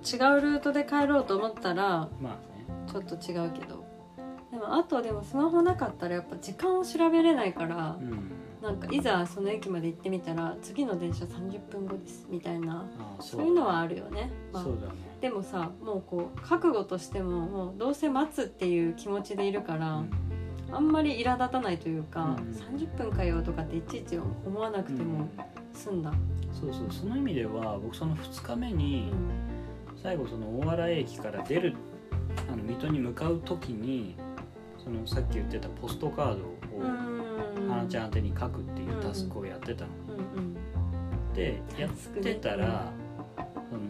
Speaker 2: ートで帰ろうと思ったら
Speaker 1: まあね
Speaker 2: ちょっと違うけどでもあとでもスマホなかったらやっぱ時間を調べれないから
Speaker 1: う、ん
Speaker 2: なんかいざその駅まで行ってみたら次の電車30分後ですみたいな
Speaker 1: ああそ
Speaker 2: そうういうのはあるよね、まあ
Speaker 1: そうだね
Speaker 2: でもさもうこう覚悟としてももうどうせ待つっていう気持ちでいるから、あんまり苛立たないというか、
Speaker 1: うん
Speaker 2: 30分かよとかっていちいち思わな
Speaker 1: う
Speaker 2: く
Speaker 1: ん
Speaker 2: ても済んだ、
Speaker 1: そうそうその意味では僕その2日目に
Speaker 2: うん
Speaker 1: 最後その大洗駅から出るあの水戸に向かう時にそのさっき言ってたポストカード
Speaker 2: う
Speaker 1: を
Speaker 2: ん
Speaker 1: 花ちゃん宛てに書くっていうタスクをやってたの
Speaker 2: うん
Speaker 1: で
Speaker 2: うん
Speaker 1: やってたら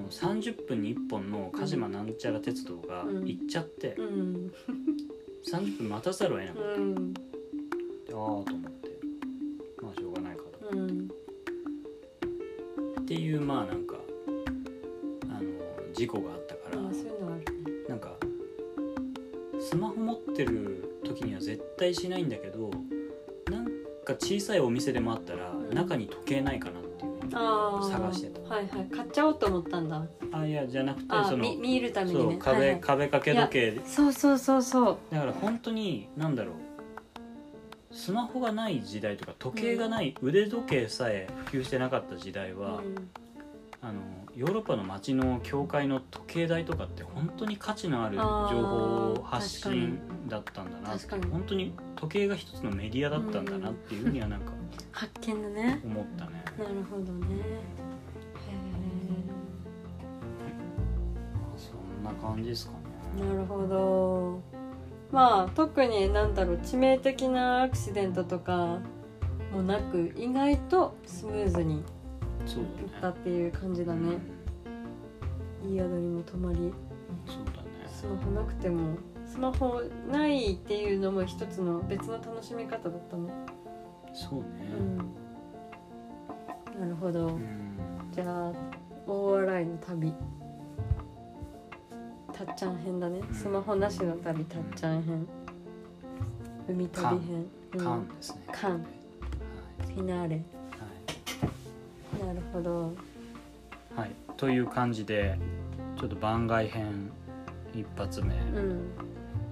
Speaker 1: その30分に1本の鹿島なんちゃら鉄道が
Speaker 2: うん
Speaker 1: 行っちゃって
Speaker 2: うんうん
Speaker 1: 30分待たざるを得な
Speaker 2: う
Speaker 1: くて
Speaker 2: ん
Speaker 1: ああと思ってまあしょうがないかと
Speaker 2: うん
Speaker 1: っていうまあなんかあの事故があったから
Speaker 2: まあそういうのはあるね
Speaker 1: なんかスマホ持ってる時には絶対しないんだけどなんか小さいお店でもあったら
Speaker 2: ん
Speaker 1: 中に時計ないかなっていう、
Speaker 2: あー
Speaker 1: 探してた
Speaker 2: はいはい買っちゃおうと思ったんだ
Speaker 1: あいやじゃなくて
Speaker 2: あ
Speaker 1: そ
Speaker 2: ー
Speaker 1: の
Speaker 2: み見るため
Speaker 1: そ
Speaker 2: に
Speaker 1: う、
Speaker 2: ね
Speaker 1: 壁
Speaker 2: はいはい
Speaker 1: 壁掛け時計
Speaker 2: そうそうそうそう
Speaker 1: だから本当に何だろうスマホがない時代とか時計がない、腕時計さえ普及してなかった時代は、
Speaker 2: うん
Speaker 1: あのヨーロッパの街の教会の時計台とかって本当に価値のある情報を発信だったんだなって
Speaker 2: 確かに
Speaker 1: 本当に時計が一つのメディアだったんだなっていうふうにはなんか
Speaker 2: 発見だね
Speaker 1: 思ったね。
Speaker 2: なるほどねへ
Speaker 1: そんな感じですか
Speaker 2: え
Speaker 1: ね。
Speaker 2: なるほどまあ特になんだろう致命的なアクシデントとかもなく意外とスムーズに
Speaker 1: そう
Speaker 2: いっ
Speaker 1: だ
Speaker 2: たっ
Speaker 1: ね。
Speaker 2: ていう感じだ
Speaker 1: う
Speaker 2: ね
Speaker 1: ん、
Speaker 2: いい宿にも泊まり
Speaker 1: そうだね。
Speaker 2: スマホなくてもスマホないっていうのも一つの別の楽しみ方だったね
Speaker 1: そう
Speaker 2: う
Speaker 1: ね。
Speaker 2: んなるほど
Speaker 1: うん
Speaker 2: じゃあ大洗の旅たっちゃん編だね
Speaker 1: うん
Speaker 2: スマホなしの旅たっちゃん編海旅編
Speaker 1: カ
Speaker 2: うん
Speaker 1: ンですね。
Speaker 2: カン
Speaker 1: はい
Speaker 2: フィナーレなるほど
Speaker 1: はいはいという感じでちょっと番外編一発目、
Speaker 2: うん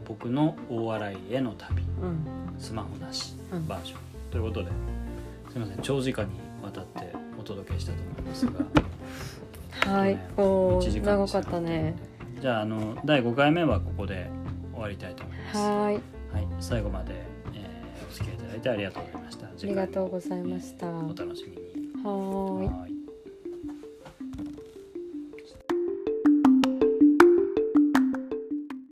Speaker 1: 僕の大洗への旅
Speaker 2: うん
Speaker 1: スマホなし
Speaker 2: うん
Speaker 1: バージョン、ということですいません長時間にわたってお届けしたと思い ますが
Speaker 2: はい
Speaker 1: ちょ
Speaker 2: お
Speaker 1: っとね1時
Speaker 2: ー
Speaker 1: 間
Speaker 2: 長かったね
Speaker 1: じゃああの第5回目はここで終わりたいと思います、は
Speaker 2: はい
Speaker 1: い、最後まで、えーお付き合いいただいてありがとうございました
Speaker 2: ありがとうございました
Speaker 1: お
Speaker 2: は
Speaker 1: 楽しみに
Speaker 2: ーい
Speaker 1: はい